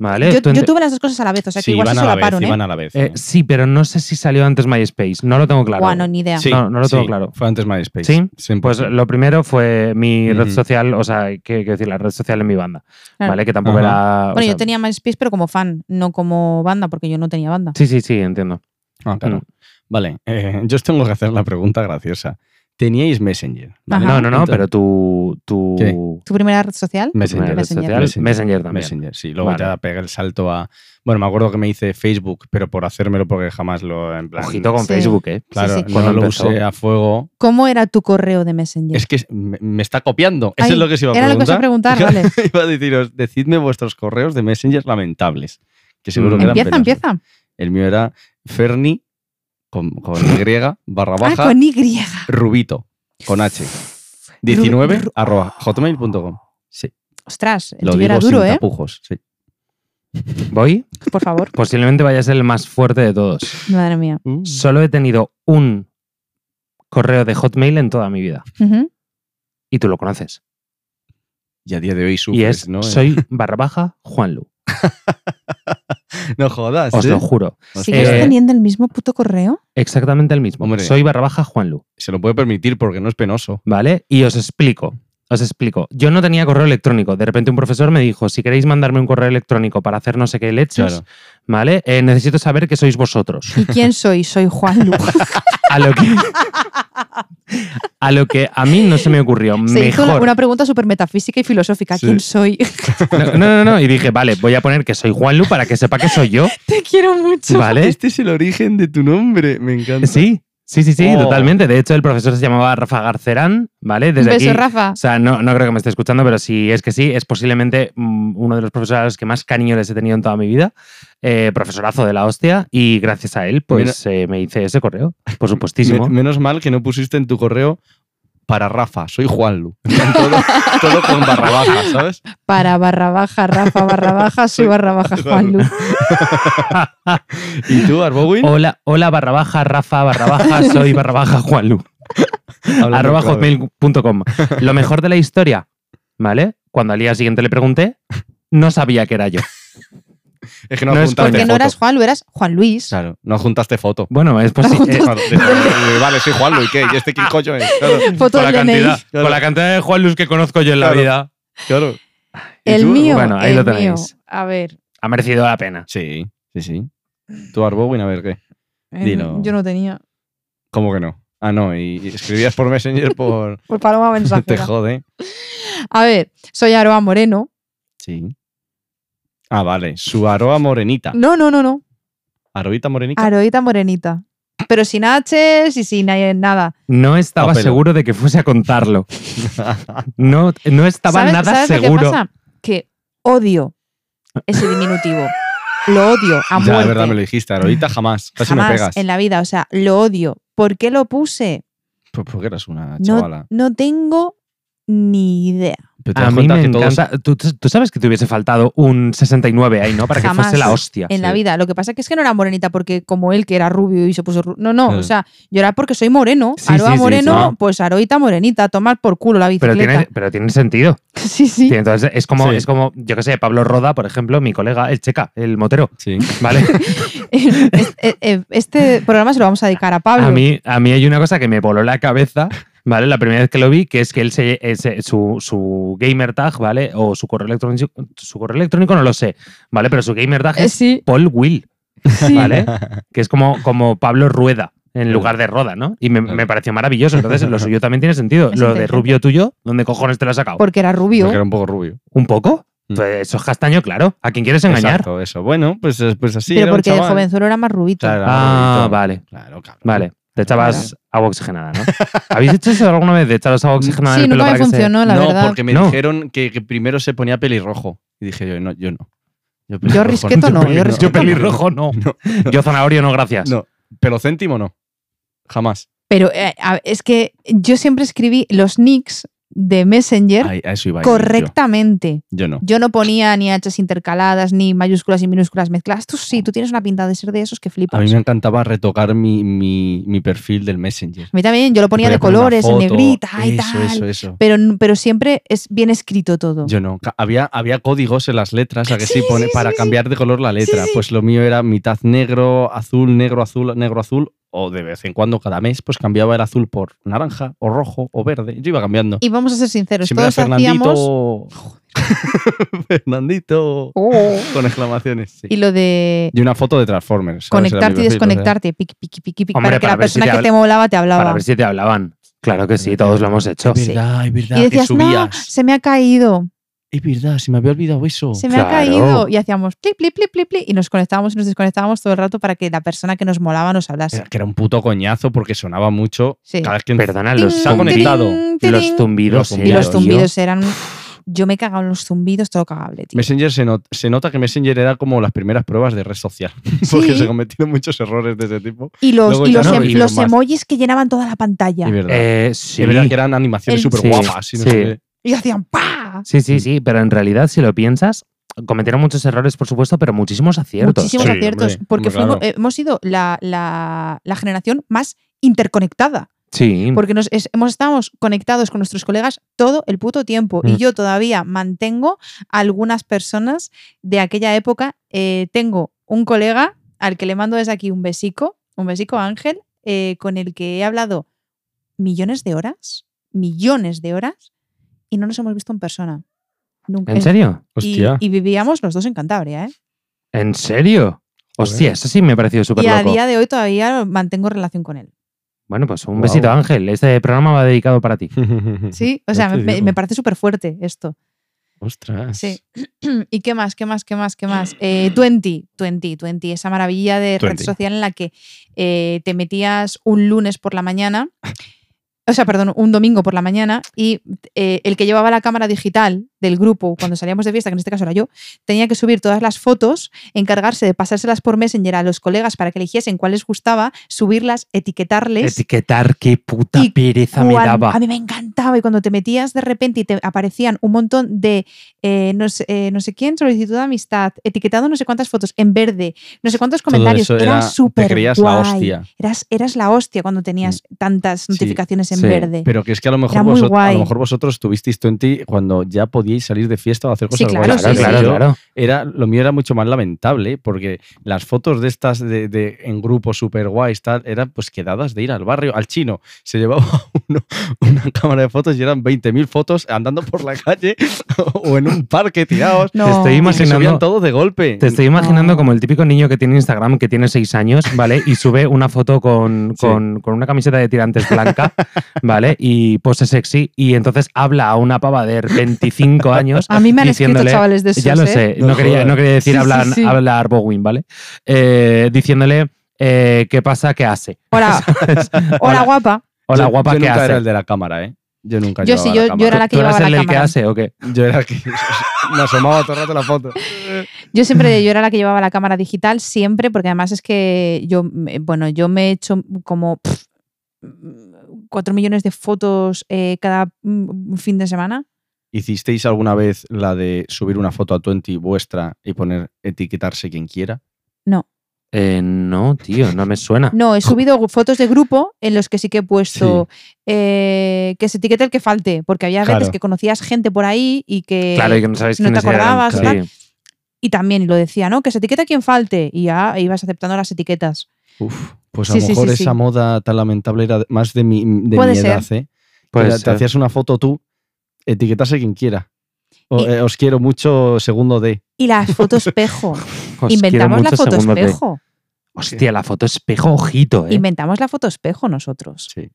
¿Vale?
Yo,
20.
yo tuve las dos cosas a la vez, o sea que
eh, Sí,
igual se
iban a la vez,
solaparon, ¿eh?
iban a la vez.
Eh, sí, pero no sé si salió antes MySpace. No lo tengo claro.
Bueno, ni idea.
Sí,
No, no lo tengo
sí,
claro.
Fue antes MySpace.
¿Sí? Pues
100%.
lo primero fue mi red
Ujú.
social, o sea, que- quiero decir, la red social en mi banda,
Claro.
¿vale? Que tampoco
Ajá.
era... o
Bueno,
sea,
yo tenía MySpace, pero como fan, no como banda, porque yo no tenía banda.
Sí, sí, sí, entiendo.
Ah, claro.
Mm.
Vale, eh, yo os tengo que hacer la pregunta graciosa. ¿Teníais Messenger?
Ajá.
¿vale?
No, no, no,
Entonces-
pero tu... tu
¿Qué?
¿Tu primera red social?
primera
Messenger.
red
Messenger.
social, Messenger,
Messenger.
también.
Messenger, sí. Luego
Vale.
ya pega el salto a. Bueno, me acuerdo que me hice Facebook, pero por hacérmelo porque jamás lo. En plan,
Ojito con
Sí.
Facebook, ¿eh?
Claro,
Sí, sí.
no
Cuando
lo
empezó.
usé a fuego.
¿Cómo era tu correo de Messenger?
Es que es- me, me está copiando. Eso
Ay,
es lo que se iba a
Era
preguntar.
lo que os iba a preguntar, vale.
iba a deciros, decidme vuestros correos de Messenger lamentables. Que seguro
Mm.
que eran
empieza,
penosos.
empieza. Ah,
El mío era Ferni con, con Y barra
Ah,
baja
con Y.
Rubito con H.
Ru-
19
ru-
arroba hotmail.com. Sí,
Ostras, el
lo
tuyo
digo
era duro,
sin
¿eh?
tapujos. Sí.
Voy,
Por favor.
posiblemente vaya a ser el más fuerte de todos.
Madre mía.
Mm.
Solo he tenido un correo de Hotmail en toda mi vida.
Ujú.
Y tú lo conoces.
Y a día de hoy
y
sufres,
es
¿no?
soy barra baja Juanlu.
No jodas.
Os
¿eh?
lo juro.
¿Sigues
Eh,
teniendo el mismo puto correo?
Exactamente el mismo.
Hombre.
Soy barra baja Juanlu.
Se lo puede permitir porque no es penoso.
¿Vale? Y os explico. Os explico. Yo no tenía correo electrónico. De repente un profesor me dijo, si queréis mandarme un correo electrónico para hacer no sé qué leches,
Claro.
¿vale? Eh, necesito saber que sois vosotros.
¿Y quién soy? Soy Juan Lu.
A lo que a, lo que a mí no se me ocurrió.
Se hizo
Mejor.
una pregunta súper metafísica y filosófica. ¿Quién soy?
No, no, no, no. Y dije, vale, voy a poner que soy Juanlu para que sepa que soy yo,
Te quiero mucho.
¿vale?
Este es el origen de tu nombre. Me encanta.
Sí, sí, sí, sí,
Oh.
totalmente. De hecho, el profesor se llamaba Rafa Garcerán, ¿vale?
Un
Desde
beso,
aquí,
Rafa.
O sea, no, no creo que me esté escuchando, pero si es que sí, es posiblemente mm, uno de los profesores a los que más cariño les he tenido en toda mi vida. Eh, profesorazo de la hostia. Y gracias a él, pues eh, me hice ese correo, por
Me-
supuestísimo.
menos mal que no pusiste en tu correo para Rafa, soy Juanlu. En plan, Todo, todo con barra baja, ¿sabes?
Para barra baja, Rafa, barra baja, soy barra baja Juan Lu.
¿Y tú, Arbowin?
Hola, hola barra baja, Rafa barra baja, soy barra baja Juanlu,
Hablando
arroba
claro.
hotmail.com. Lo mejor de la historia, ¿vale? Cuando al día siguiente le pregunté, no sabía que era yo.
Es que no,
No es
juntaste
Porque
foto.
no eras Juan Lu, eras Juan Luis.
Claro, no juntaste foto.
Bueno, es
No,
posible.
Claro, de- vale, soy Juanlu, ¿y qué? ¿Y este quién coño es? Claro,
Foto
con,
del
la
DNI.
cantidad, con la cantidad de Juanlus que conozco yo en la
Claro.
vida,
claro. ¿Y
El
tú?
mío.
Bueno, ahí
el
lo
mío.
tenéis.
A ver.
ha merecido la pena.
Sí, sí, sí.
Mm.
Tú, Arbowin, a ver qué.
Eh,
Dilo.
Yo no tenía.
¿Cómo que no? Ah, no, y y escribías por Messenger por.
Por Pues Paloma
Te
Mensajera.
jode.
A ver, soy Aroa Moreno.
Sí. Ah, vale. Su aroa
Ah.
morenita.
No, no, no, no.
Aroita morenita.
Aroita Morenita. Pero sin H y sin eh, nada.
No estaba
Papelón.
seguro de que fuese a contarlo. No, no estaba
¿Sabes,
nada
sabes
seguro.
lo que pasa? Que odio ese diminutivo. Lo odio a
ya,
muerte.
de verdad me lo dijiste. Aroita jamás. Casi me
Jamás
pegas.
en la vida. O sea, lo odio. ¿Por qué lo puse?
Pues porque eras
No,
una chavala.
no tengo ni idea.
Pero te
A
das
mí
cuenta
me
que todos-
encanta. Tú, tú- tú sabes que te hubiese faltado un 69 ahí, ¿no? Para
Jamás.
que fuese la hostia.
en la vida. Lo que pasa que es que no era morenita porque como él que era rubio y se puso ru- No, no,
Mm.
o sea, yo era porque soy moreno.
Sí,
Aroa
sí, sí,
moreno,
sí.
pues Aroita morenita, tomar por culo la
Pero
bicicleta.
tiene, pero tiene sentido.
Sí, sí.
Sí, entonces es como,
Sí.
es como, yo qué sé, Pablo Roda, por ejemplo, mi colega, el checa, el motero,
Sí.
¿vale?
Es- eh, eh, este programa se lo vamos a dedicar a Pablo.
A mí, a mí hay una cosa que me voló la cabeza, ¿vale? La primera vez que lo vi, que es que él se, ese- su, su gamer tag, ¿vale? O su correo electrónico, su correo electrónico no lo sé, ¿vale? Pero su gamer tag
Eh,
es
sí,
Paul Will,
sí.
¿vale? que es como, como Pablo Rueda en lugar de Roda, ¿no? Y me, me pareció maravilloso. Entonces, lo suyo también tiene sentido.
Es
Lo de
inteligente.
rubio tuyo, ¿dónde cojones te lo has sacado?
Porque era rubio.
Porque era un poco rubio.
¿Un poco?
Mm.
Pues eso es castaño, claro. ¿A quién quieres engañar?
Exacto, eso. Bueno, pues, eh, pues así.
pero
era un
porque de
chaval.
jovenzuelo era más rubito.
Claro, era
Ah,
rubito.
vale,
Claro, cabrón.
vale. Te echabas agua oxigenada, ¿no? ¿Habéis hecho eso alguna vez de echaros agua oxigenada en
sí,
el pelo
nunca me
para que se-
funcionó, la
no,
verdad.
porque me
No.
dijeron que, que primero se ponía pelirrojo. Y dije yo, no, yo no. Yo, pelirrojo
risqueto no, yo
pelirrojo
risqueto
Yo pelirrojo no. Yo zanahorio no, gracias.
No. Pero céntimo no. Jamás.
Pero eh, a- es que yo siempre escribí los nicks de Messenger
Ay, a eso iba a ir yo.
correctamente.
Yo, no.
Yo no ponía ni hachas intercaladas, ni mayúsculas y minúsculas mezcladas. Tú sí, tú tienes una pinta de ser de esos que
A
flipas.
mí me encantaba retocar mi, mi, mi perfil del Messenger.
A mí también, yo lo ponía
Voy
de
a poner una
colores, en
foto,
negrita y
eso,
tal.
Eso, eso,
Pero, pero siempre es bien escrito todo.
Yo no. Ca- Había, había códigos en las letras, a que sí,
Sí,
pone
sí,
para
sí,
cambiar de color la letra.
sí.
Pues lo mío era mitad negro, azul, negro, azul, negro, azul. O de vez en cuando, cada mes, pues cambiaba el azul por naranja, o rojo, o verde. Yo iba cambiando.
Y vamos a ser sinceros,
Siempre era
todos
Fernandito.
hacíamos.
Fernandito.
Oh.
Con exclamaciones, sí.
Y lo de
Y una foto de Transformers. ¿sabes? ¿eh? Era mi
conectarte y
perfil, o sea,
desconectarte, piqui, piqui, piqui, piqui,
Hombre,
para que
para
la
ver si
persona
te
que
habla-
te molaba te
Para
hablaba.
ver si te hablaban. Claro que sí, todos lo hemos hecho.
Es verdad, es verdad.
Y decías,
que
no,
subías.
se me ha caído,
Es verdad, se me había olvidado eso.
se me
Claro.
ha caído. Y hacíamos pli, pli, pli, pli, pli, y nos conectábamos y nos desconectábamos todo el rato para que la persona que nos molaba nos hablase.
Era que era un puto coñazo porque sonaba mucho.
Sí.
Cada vez que
Perdona, los,
Se ha
Ting,
zumbi-
conectado.
ting, ting.
los
Los
tumbidos.
Y los
eran,
zumbidos eran. Yo me cagaba en los zumbidos, todo cagable, tío.
Messenger se, not- se nota que Messenger era como las primeras pruebas de red social. Porque
Sí.
se cometieron muchos errores de ese tipo.
Y los,
Luego
y
ya
los,
no
em-
vivimos
los
más.
emojis que llenaban toda la pantalla.
Es
tío.
verdad.
Eh, sí.
Es verdad que eran animaciones
El-
súper guapas.
Sí, sí.
Y hacían ¡pa!
Sí, sí, sí, pero en realidad, si lo piensas, cometieron muchos errores, por supuesto, pero muchísimos aciertos.
Muchísimos
Sí,
aciertos.
hombre,
porque
hombre,
fuimos-
claro.
hemos sido la, la- la generación más interconectada.
Mm.
Sí.
Porque nos es- hemos estábamos conectados con nuestros colegas todo el puto tiempo.
Mm.
Y yo todavía mantengo a algunas personas de aquella época. Eh, tengo un colega al que le mando desde aquí un besico, un besico Ángel, eh, con el que he hablado millones de horas, millones de horas, y no nos hemos visto en persona. Nunca.
¿En serio?
Y,
Hostia.
y vivíamos los dos en Cantabria, ¿eh?
¿En serio? Hostia, eso sí me ha parecido súper
Y a
loco.
día de hoy todavía mantengo relación con él.
Bueno, pues un
Guau.
besito, Ángel. Este programa va dedicado para ti.
Sí, o
Ya
sea,
te
me,
digo.
me parece súper fuerte esto.
Ostras.
Sí. ¿Y qué más? ¿Qué más? ¿Qué más? ¿Qué más? Eh, Twenty, Twenty, Twenty, esa maravilla de red
Twenty.
social en la que eh, te metías un lunes por la mañana, o sea, perdón, un domingo por la mañana, y eh, el que llevaba la cámara digital del grupo cuando salíamos de fiesta, que en este caso era yo, tenía que subir todas las fotos, encargarse de pasárselas por Messenger a los colegas para que eligiesen cuál les gustaba, subirlas, etiquetarles.
Etiquetar, qué puta
Y
pereza me
cuan- Ah,
daba.
A mí me encantaba y cuando te metías de repente y te aparecían un montón de eh, no, sé, eh, no sé quién, solicitud de amistad, etiquetado no sé cuántas fotos en verde, no sé cuántos comentarios.
eso
Era,
era- te
súper
creías la
guay.
hostia.
Eras, eras la hostia cuando tenías tantas
Sí,
notificaciones en
Sí,
verde.
Pero que es que a lo mejor,
Era muy
vosotros, a
guay.
lo mejor vosotros tuvisteis 20 cuando ya podíais salir de fiesta o hacer
Sí,
cosas
claro,
guays.
Claro,
sí,
claro,
sí.
Yo
claro.
Era, lo mío era mucho más lamentable porque las fotos de estas de, de- en grupos super guays tal, eran pues quedadas de ir al barrio, al chino. Se llevaba uno una cámara de fotos y eran 20.000 fotos andando por la calle o en un parque tirados.
No.
Te estoy
Y se subían
imaginando.
todos de golpe.
Te estoy imaginando
No.
como el típico niño que tiene Instagram que tiene seis años, ¿vale? Y sube una foto con,
Sí.
con- con una camiseta de tirantes blanca, ¿vale? Y pose sexy. Y entonces habla a una pava de 25 años.
a mí me han escrito
diciéndole,
chavales de esos,
Ya lo
¿eh?
sé,
No
no quería,
jodas.
no quería decir
Sí, sí,
hablar,
sí.
hablar Bowen, ¿vale? Eh, diciéndole eh, qué pasa, qué hace.
Hola, hola guapa.
Hola,
Yo-
guapa,
yo
¿qué
nunca
hace?
era el de la cámara, ¿eh? Yo nunca
Yo
llevaba
sí,
la
yo- yo
cámara.
era la que
¿Tú eras
llevaba
el
la
del que
cámara.
hace o qué?
Yo era el que me asomaba todo el rato la foto.
Yo siempre, yo era la que llevaba la cámara digital, siempre, porque además es que yo, me- bueno, yo me he hecho como pff, cuatro millones de fotos eh, cada mm, fin de semana.
¿Hicisteis alguna vez la de subir una foto a 20 vuestra y poner etiquetarse quien quiera?
Eh, no, tío, no me suena.
No, he subido fotos de grupo en los que sí que he puesto eh, que se etiquete el que falte, porque había veces
Claro.
que conocías gente por ahí y que,
claro, y que no sabéis
eh, no te
quiénes eran,
acordabas,
claro.
tal. y también lo decía, ¿no? Que se etiqueta quien falte y ya ibas aceptando las etiquetas.
Uf, pues a
Sí,
lo
sí,
mejor
sí, sí.
esa moda tan lamentable era más de mi, de
Puede
mi
ser.
edad, ¿eh?
Puede
Te- te,
ser.
hacías una foto tú, etiquetase quien quiera. O,
Y-
eh, os quiero mucho, segundo D.
Y las fotos espejo.
Os
Inventamos
Pues quiero
la
mucho,
foto
segundo que-
espejo.
Hostia, la foto espejo, ojito, eh.
Inventamos la foto espejo nosotros.
Sí.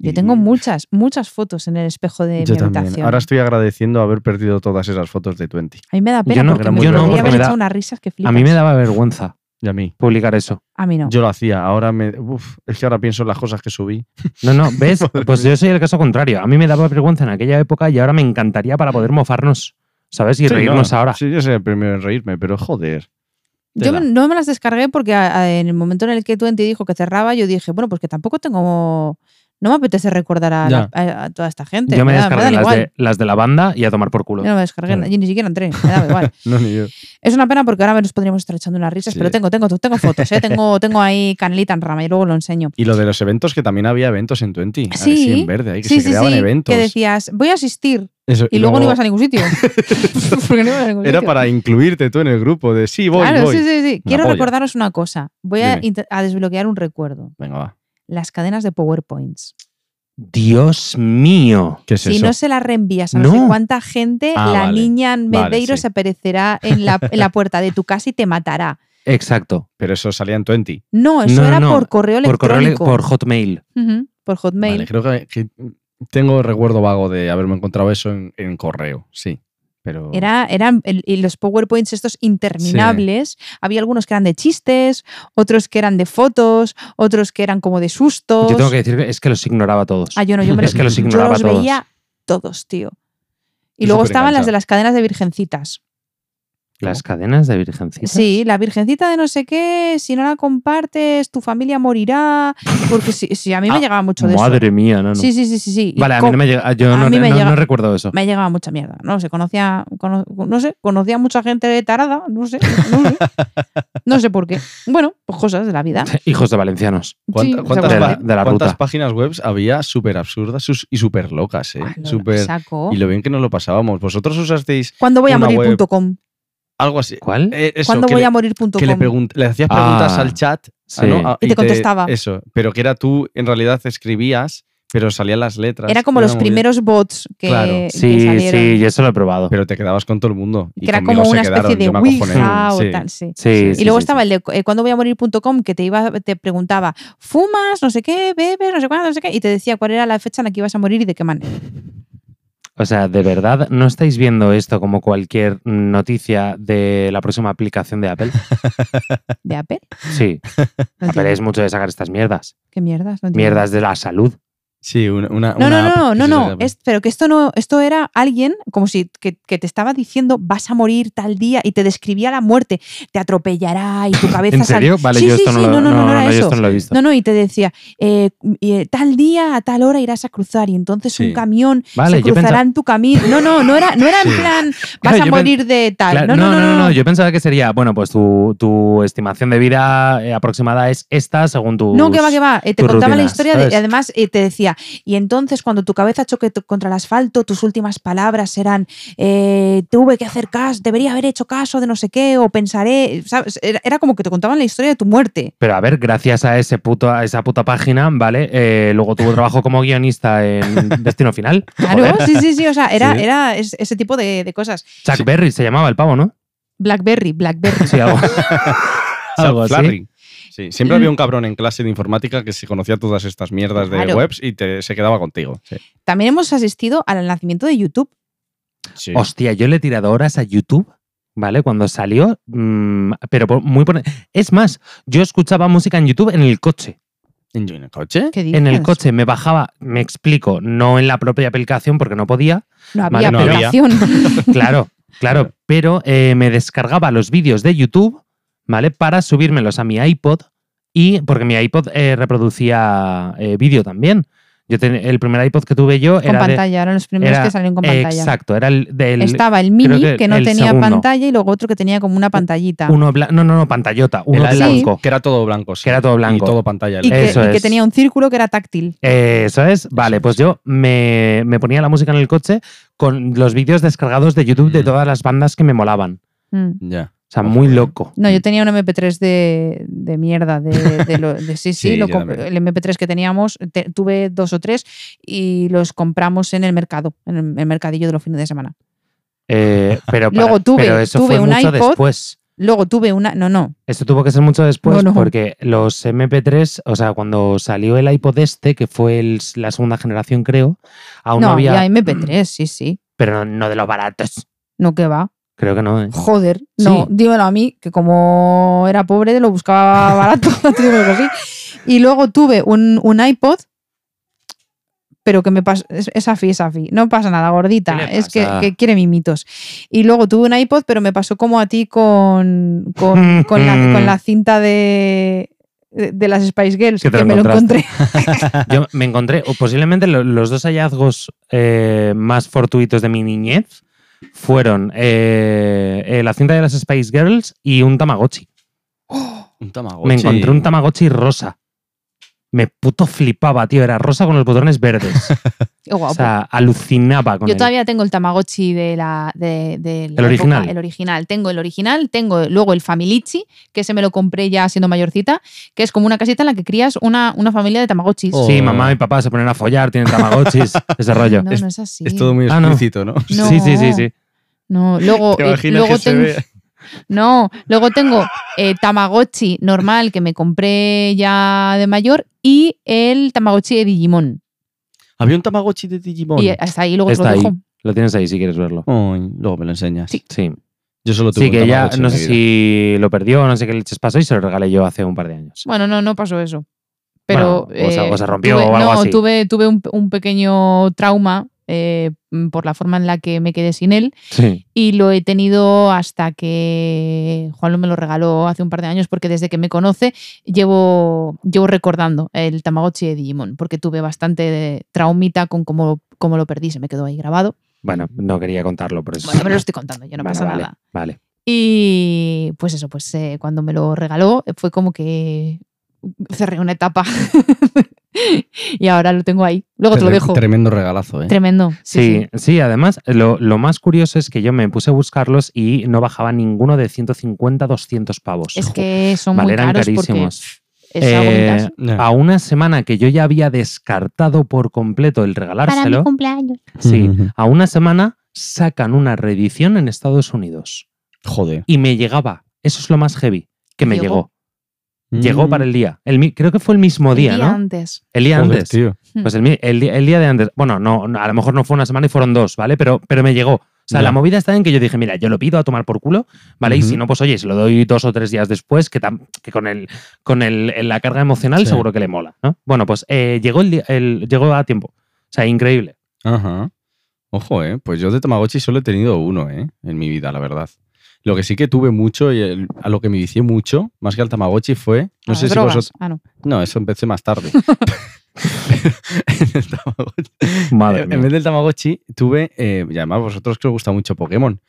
Yo
Y-
tengo muchas, muchas fotos en el espejo de
Yo
mi
también.
habitación.
Ahora estoy agradeciendo haber perdido todas esas fotos de 20.
A mí me da pena
Yo no,
porque
yo
me
no,
podría
porque
haber
me da-
hecho unas risas que flipas.
A mí me daba vergüenza
Y a mí.
publicar eso.
A mí no.
Yo lo hacía, ahora me. Uf, es que ahora pienso en las cosas que subí.
No, no, ¿ves? Pues yo soy el caso contrario. A mí me daba vergüenza en aquella época y ahora me encantaría para poder mofarnos, ¿sabes? Y
Sí,
reírnos
no,
ahora.
Sí, yo soy el primero en reírme, pero joder.
Yo
Tela.
no me las descargué porque a- a- en el momento en el que Twenty dijo que cerraba, yo dije, bueno, pues que tampoco tengo. No me apetece recordar a, la- a- a toda esta gente.
Yo me
da-
descargué
Ah, dan
las
igual.
de, las de la banda y a tomar por culo.
Yo no me descargué,
Claro.
yo ni siquiera entré, me daba igual.
No, ni yo.
Es una pena porque ahora nos podríamos estar echando unas risas,
Sí.
pero tengo, tengo, tengo fotos, ¿eh? tengo, tengo ahí canelita en rama y luego lo enseño.
Y lo de los eventos, que también había eventos en 20. A ver
Sí.
si en verde, ahí que
sí,
se
sí,
creaban
sí,
eventos.
que decías, voy a asistir
Eso,
y, luego, no ibas a ningún sitio. Porque no ibas a ningún
Era
sitio.
para incluirte tú en el grupo de sí, voy,
Claro,
voy.
sí, sí, sí. Quiero
polla.
recordaros una cosa. Voy a,
Dime.
int- a desbloquear un recuerdo.
Venga, va.
Las cadenas de PowerPoints.
Dios mío.
¿Qué es
si
eso?
no se la reenvías a no,
No.
sé cuánta gente,
Ah,
la
vale.
niña en
Vale,
Medeiro
sí.
se aparecerá en la, en la puerta de tu casa y te matará.
Exacto.
Pero eso salía en 20.
No, eso
No,
era
no,
por correo
Por correo, ele-
electrónico.
por Hotmail.
Ujú, por Hotmail.
Vale, creo que, que tengo recuerdo vago de haberme encontrado eso en, en correo, sí. Pero
Era, eran el- y los PowerPoints estos interminables. Había algunos que eran de chistes, otros que eran de fotos, otros que eran como de sustos.
Yo tengo que decir que es que los ignoraba todos.
Ah, yo no, yo me
Es que los ignoraba
yo los
todos.
veía todos, tío. Y
Yo
luego
súper
estaban las
enganchado.
de las cadenas de virgencitas.
Las cadenas de virgencita.
Sí, la virgencita de no sé qué, si no la compartes, tu familia morirá. Porque sí, sí, a mí me
Ah,
llegaba mucho de
Madre
eso.
mía, no, no.
Sí, sí, sí, sí, sí. Y
Vale, a mí
co-
no me llega. Yo
a
no,
mí me
no-
llega-
no recuerdo eso.
me llegaba mucha mierda. No sé, conocía, cono- no sé, conocía mucha gente tarada, no sé, no sé. No sé por qué. Bueno, pues cosas de la vida.
Hijos de valencianos.
¿cuánta-
Sí,
¿cuántas,
seguramente.
pa-
De la- de la
cuántas
ruta.
páginas web había súper absurdas sus- y súper locas? Eh?
Ah, lo
Súper-
saco.
y lo bien que nos lo pasábamos. ¿Vosotros usasteis
¿Cuándo voy a
una
morir.com?
algo así?
¿Cuál?
Eh, eso,
¿Cuándo
que
voy
le,
a morir.com?
que le, pregun- le hacías preguntas
Ah,
al chat
Sí.
¿no? Ah,
Y te contestaba.
Eso, pero que era tú, en realidad escribías, pero salían las letras.
Era como los
una movida.
primeros bots que,
Claro.
Eh, que
sí,
salieron.
sí, yo eso lo he probado.
Pero te quedabas con todo el mundo. Y
que era
conmigo
como
se
una especie
quedaron,
de
yo me acojoné.
Ouija o
Sí.
tal, sí.
sí,
Y
sí,
luego
sí,
estaba
sí.
el de eh, cuando voy a morir.com que te iba te preguntaba, ¿fumas? No sé qué, bebes, no sé cuándo, no sé qué, y te decía cuál era la fecha en la que ibas a morir y de qué manera.
O sea, de verdad, ¿no estáis viendo esto como cualquier noticia de la próxima aplicación de Apple?
¿De Apple?
Sí.
No
Apple
entiendo.
es mucho de sacar estas mierdas.
¿Qué mierdas? No entiendo.
Mierdas de la salud.
Sí, una, una-
No, no,
una
no,
app
no,
que se
no.
llama-
es- pero que esto no, esto era alguien como si que, que te estaba diciendo vas a morir tal día y te describía la muerte, te atropellará y tu cabeza
¿En
sal-
serio? Vale,
Sí,
yo
sí,
esto
sí,
no
no,
lo-
no, no, no era
no, yo
eso.
esto no lo he visto.
No, no, y te decía, eh, y, eh, tal día a tal hora irás a cruzar y entonces un
Sí.
camión
Vale,
se
yo pensaba-
cruzará en tu camino. No, no, no era, no era en
Sí.
plan vas
Claro,
a
yo pen-
morir de tal. no,
Claro,
no, no, no, no.
yo pensaba que sería, bueno, pues tu, tu estimación de vida eh, aproximada es esta según tu.
No, que va, que va. Eh, te
tus
contaba la
rutinas,
historia de- y
pues, ¿sabes?
además eh, te decía, y entonces cuando tu cabeza choque t- contra el asfalto, tus últimas palabras serán, eh, tuve que hacer caso, debería haber hecho caso de no sé qué, o pensaré, ¿sabes? Era, era como que te contaban la historia de tu muerte.
Pero a ver, gracias a, ese puto, a esa puta página, ¿vale? Eh, luego tuvo trabajo como guionista en Destino Final.
Claro, sí, sí, sí, o sea, era,
Sí.
era es- ese tipo de, de cosas.
Chuck Berry se llamaba el pavo, ¿no?
Blackberry, Blackberry.
Sí, algo,
Sam
algo así.
Flarry. Sí, siempre había un cabrón en clase de informática que se conocía todas estas mierdas de
Claro.
webs y te- se quedaba contigo. Sí.
También hemos asistido al nacimiento de YouTube.
Sí.
Hostia, yo le he tirado horas a YouTube, ¿vale? Cuando salió, mm, pero por- muy por... Es más, yo escuchaba música en YouTube en el coche.
¿En en el coche?
¿Qué
En el
dices?
coche me bajaba, me explico, no en la propia aplicación porque no podía.
No había
Vale,
no había.
aplicación.
Claro, claro, pero eh, me descargaba los vídeos de YouTube, ¿vale? Para subírmelos a mi iPod y porque mi iPod eh, reproducía eh, vídeo también. Yo ten- el primer iPod que tuve yo
con
era de-
pantalla, eran los primeros
era-
que salieron con pantalla.
Exacto, era el del
Estaba el mini
que
que, no
el
tenía
segundo.
pantalla y luego otro que tenía como una pantallita.
uno bla- no, no, no, pantallota, uno
iPod.
blanco,
Que era todo blanco. sí.
que era todo
Y
blanco.
todo pantalla.
y, que,
Eso
y que
es.
tenía un círculo que era táctil.
Eso es, vale, pues yo me, me ponía la música en el coche con los vídeos descargados de YouTube de
Mm.
todas las bandas que me molaban.
Mm.
Ya.
O sea, muy loco.
No, yo tenía un MP3 de, de mierda. De, de lo- de- sí, sí,
Sí,
lo
yo
comp-
también.
el MP3 que teníamos, te- tuve dos o tres y los compramos en el mercado, en el, el mercadillo de los fines de semana.
Eh, pero para-
Luego tuve-
pero eso
tuve
fue
un
mucho
iPod.
después.
Luego tuve una. No, no.
Eso tuvo que ser mucho después
No, no.
porque los MP3, o sea, cuando salió el iPod este, que fue el- la segunda generación creo, aún no,
no,
había...
había... MP3, sí, sí.
Pero no, no de los baratos.
No, que va.
Creo que no. ¿eh?
Joder.
Sí.
No, dímelo a mí, que como era pobre, lo buscaba barato. te digo que sí. Y luego tuve un, un iPod. Pero que me pasa. Es, es afi, es afi. No pasa nada, gordita.
¿Qué le
Es que,
pasa?
que quiere mimitos. Y luego tuve un iPod, pero me pasó como a ti con, con, con la, con la cinta de, de, de las Spice Girls,
Mm.
que,
Que te lo
me lo
encontraste.
encontré.
Yo me encontré, o posiblemente lo- los dos hallazgos eh, más fortuitos de mi niñez fueron eh, eh, la cinta de las Spice Girls y un Tamagotchi.
Un tamagotchi.
Me encontré un Tamagotchi rosa. Me puto flipaba, tío. Era rosa con los botones verdes.
Qué guapo.
O sea, alucinaba con
Yo
él.
todavía tengo el Tamagotchi de la, de, de la época,
¿El original?
el original. Tengo el original, tengo luego el Familichi, que se me lo compré ya siendo mayorcita, que es como una casita en la que crías una, una familia de Tamagotchis.
Oh,
Sí, mamá y papá se ponen a follar, tienen Tamagotchis, ese rollo.
no,
es-
no es así.
Es todo muy
Ah, no.
explícito, ¿no?
No.
Sí, sí, sí, sí.
No, luego, eh, luego tengo, no, luego tengo eh, Tamagotchi normal que me compré ya de mayor y el Tamagotchi de Digimon.
Había un tamagotchi de Digimon.
Y eh, hasta ahí luego te lo
Está ahí.
dejo.
Lo tienes ahí si quieres verlo.
Ay, luego me lo enseñas.
Sí.
Sí.
Yo solo tuve
Sí, que
un
ya
Tamagotchi en
no
mi
sé
vida.
si lo perdió, no sé qué leches pasó y se lo regalé yo hace un par de años.
Bueno, no, no pasó eso. Pero,
Bueno, o se-
eh,
o se rompió
tuve,
o algo
no,
así.
tuve, tuve un, un pequeño trauma eh, mm, por la forma en la que me quedé sin él
Sí.
y lo he tenido hasta que Juan me lo regaló hace un par de años porque desde que me conoce llevo, llevo recordando el Tamagotchi de Digimon porque tuve bastante traumita con cómo, cómo lo perdí, se me quedó ahí grabado.
Bueno, no quería contarlo, por eso.
Bueno, me lo estoy contando, yo no
Vale,
pasa
vale,
nada.
Vale.
Y pues eso, pues eh, cuando me lo regaló eh, fue como que cerré una etapa y ahora lo tengo ahí. Luego te lo
Tre-
dejo.
Tremendo regalazo, ¿eh?
Tremendo.
Sí, sí, además, lo, lo más curioso es que yo me puse a buscarlos y no bajaba ninguno de 150, 200
pues,
pavos.
Es que son
Vale,
muy
eran
caros
carísimos.
porque es algo
Eh,
vintage.
Ya. Ah,
A una semana que yo ya había descartado por completo el
Para mi
regalárselo,
cumpleaños.
sí,
Ujú.
a una semana sacan una reedición en Estados Unidos.
Joder.
Y me llegaba, eso es lo más heavy, que me
Llegó.
llegó.
Mm.
Llegó para el día. El, mi- creo que fue el mismo
El
día,
día
¿no?
antes.
El día
Joder,
antes.
tío.
Pues el, mi- el di- el día de antes, bueno, no, no, a lo mejor no fue una semana y fueron dos, ¿vale? Pero, pero me llegó. O sea,
Ya.
la movida está en que yo dije, mira, yo lo pido a tomar por culo, ¿vale? Y
Ujú.
si no, pues oye, se lo doy dos o tres días después, que, tam- que con, el, con el, el- la carga emocional
Sí.
seguro que le mola, ¿no? Bueno, pues eh, llegó, el, di- el- llegó a tiempo. O sea, increíble.
Ajá. Ojo, ¿eh? Pues yo de Tamagotchi solo he tenido uno, ¿eh? En mi vida, la verdad. Lo que sí que tuve mucho y el- a lo que me vicié mucho, más que al Tamagotchi, fue. No
A
sé
las
si
drogas.
vosotros.
Ah, no.
No, eso empecé más tarde. El Tamagotchi-
Madre
en
mía.
vez del Tamagotchi, tuve. eh, y además, vosotros que os gusta mucho Pokémon.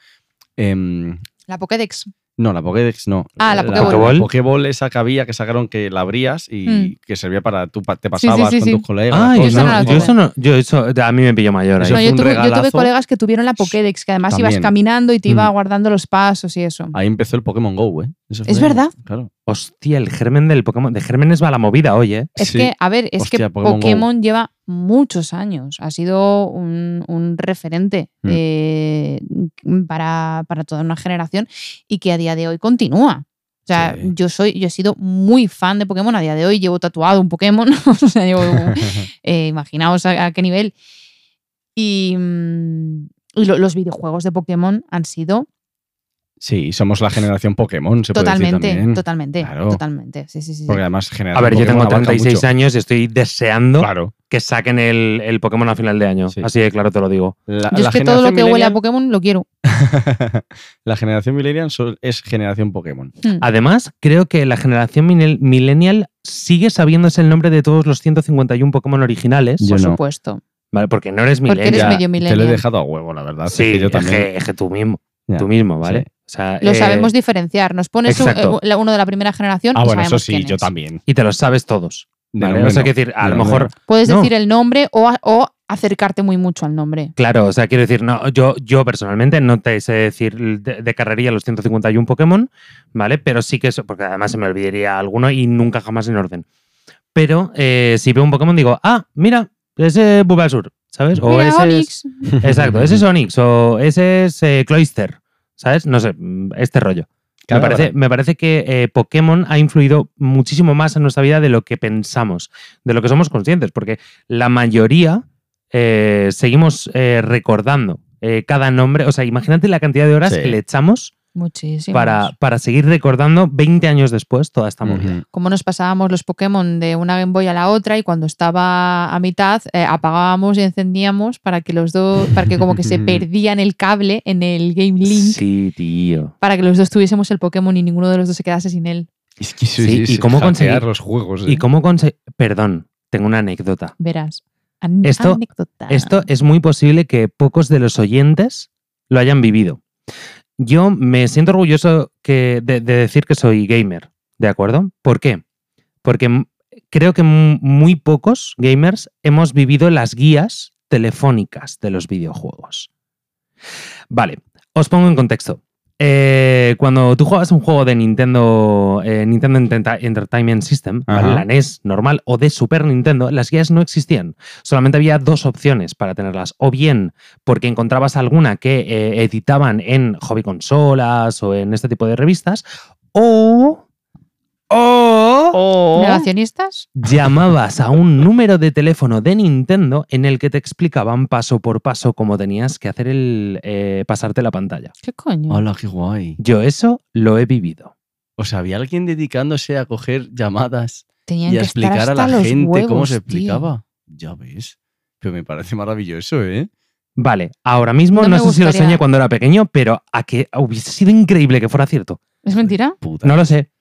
Em,
La Pokédex.
no, la Pokédex no.
Ah, la
La
Pokéball.
Pokéball.
Pokéball esa que había que sacaron que la abrías y
Mm.
que servía para. Tú pa- te
Sí, sí,
pasabas
sí,
con
sí.
tus colegas.
Ay,
Yo eso no
no,
la
Ah, yo
tuve.
eso no, yo eso, a mí me pilló mayor ahí.
Eso
No,
fue
yo,
un
tuve, yo tuve
regalazo.
colegas que tuvieron la Pokédex, que además ibas
También.
caminando y te iba
Mm.
guardando los pasos y eso.
Ahí empezó el Pokémon Go, ¿eh? Eso
Es
fue-
verdad.
Claro.
Hostia, el germen del Pokémon. De gérmenes va la movida hoy, ¿eh?
Es
Sí.
que, a ver, es
Hostia,
que
Pokémon
Pokémon,
Go.
lleva muchos años. Ha sido un, un referente
Mm.
eh, para, para toda una generación y que a día de hoy continúa. O sea,
Sí.
yo soy, yo he sido muy fan de Pokémon. A día de hoy llevo tatuado un Pokémon. o sea, llevo un- eh, imaginaos a, a qué nivel. Y, mm, y lo- los videojuegos de Pokémon han sido
Sí, somos la generación Pokémon, se puede decir
Totalmente,
también.
totalmente,
Claro.
totalmente. Sí, sí, sí. sí.
Porque además generación
A ver, yo
Pokémon
tengo
abarca
36
mucho.
años y estoy deseando
Claro.
que saquen el, el Pokémon a final de año.
Sí.
Así de claro te lo digo.
La,
Yo
la
es que todo lo que
generación
huele a
millennial-
Pokémon lo quiero.
la generación Millennial so- es generación Pokémon.
Mm.
Además, creo que la generación minel- millennial sigue sabiéndose el nombre de todos los 151 Pokémon originales.
Yo
Por
no.
supuesto.
Vale, porque no eres
Porque
millennial.
eres medio
Ya, Te lo
millennial.
he dejado a huevo, la verdad.
Sí,
es que Ah, yo también.
eje- eje tú mismo.
Ya,
Tú mismo, ¿vale?
sí.
O sea,
Lo
eh,
sabemos diferenciar. Nos pones un-
exacto.
eh, uno de la primera generación.
Ah,
y
bueno, eso
sabemos
sí,
quién
yo
es.
también.
Y te los sabes todos.
De
¿vale?
nombre
o sea,
no.
quiero decir, a
De
lo
nombre
mejor,
no.
Puedes
No.
decir el nombre o, a- o acercarte muy mucho al nombre.
claro, o sea, quiero decir, no, yo, yo personalmente no te sé decir de, de carrería los 151 Pokémon, ¿vale? Pero sí que eso, porque además se me olvidaría alguno y nunca jamás en orden. Pero eh, si veo un Pokémon, digo, ah, mira, ese es eh, Bulbasaur, ¿sabes? O
Mira,
ese es.
Onix.
Exacto, ese es Onix, o ese es eh, Cloyster, ¿sabes? No sé, mm, este rollo. Me
Cadabra.
parece, me parece que eh, Pokémon ha influido muchísimo más en nuestra vida de lo que pensamos, de lo que somos conscientes, porque la mayoría eh, seguimos eh, recordando eh, cada nombre. O sea, imagínate la cantidad de horas
Sí.
que le echamos
Muchísimo.
para, para seguir recordando 20 años después toda esta movida.
Ujú.
Como nos pasábamos los Pokémon de una Game Boy a la otra y cuando estaba a mitad eh, apagábamos y encendíamos para que los dos, para que como que se perdían el cable en el Game Link,
Sí, tío.
para que los dos tuviésemos el Pokémon y ninguno de los dos se quedase sin él.
Es que eso
Sí,
es-
¿y
es
cómo
hackear
conseguir-
los juegos.
¿Y
eh?
cómo conseguí? Perdón, tengo una anécdota.
Verás. An-
Esto-
anécdota.
Esto es muy posible que pocos de los oyentes lo hayan vivido. Yo me siento orgulloso que- de, de decir que soy gamer, ¿de acuerdo? ¿Por qué? Porque m- creo que mu- muy pocos gamers hemos vivido las guías telefónicas de los videojuegos. Vale, os pongo en contexto. Eh, cuando tú juegas un juego de Nintendo, eh, Nintendo Ententa- Entertainment System, ¿vale?
Ajá.
la NES normal o de Super Nintendo, las guías no existían. Solamente había dos opciones para tenerlas. O bien porque encontrabas alguna que eh, editaban en hobby consolas o en este tipo de revistas, o, o
¿Negacionistas?
llamabas a un número de teléfono de Nintendo en el que te explicaban paso por paso cómo tenías que hacer el eh, pasarte la pantalla.
¿Qué coño?
Hola, qué guay.
Yo eso lo he vivido.
O sea, había alguien dedicándose a coger llamadas
Tenían
y a
que estar
explicar a
hasta
la
los
gente cómo
huevos, tío.
se explicaba. Ya ves. Pero me parece maravilloso, ¿eh?
Vale, ahora mismo
No
no,
me
sé si lo
gustaría-
soñé cuando era pequeño, pero a que hubiese sido increíble que fuera cierto.
¿Es mentira?
Puta.
No lo sé,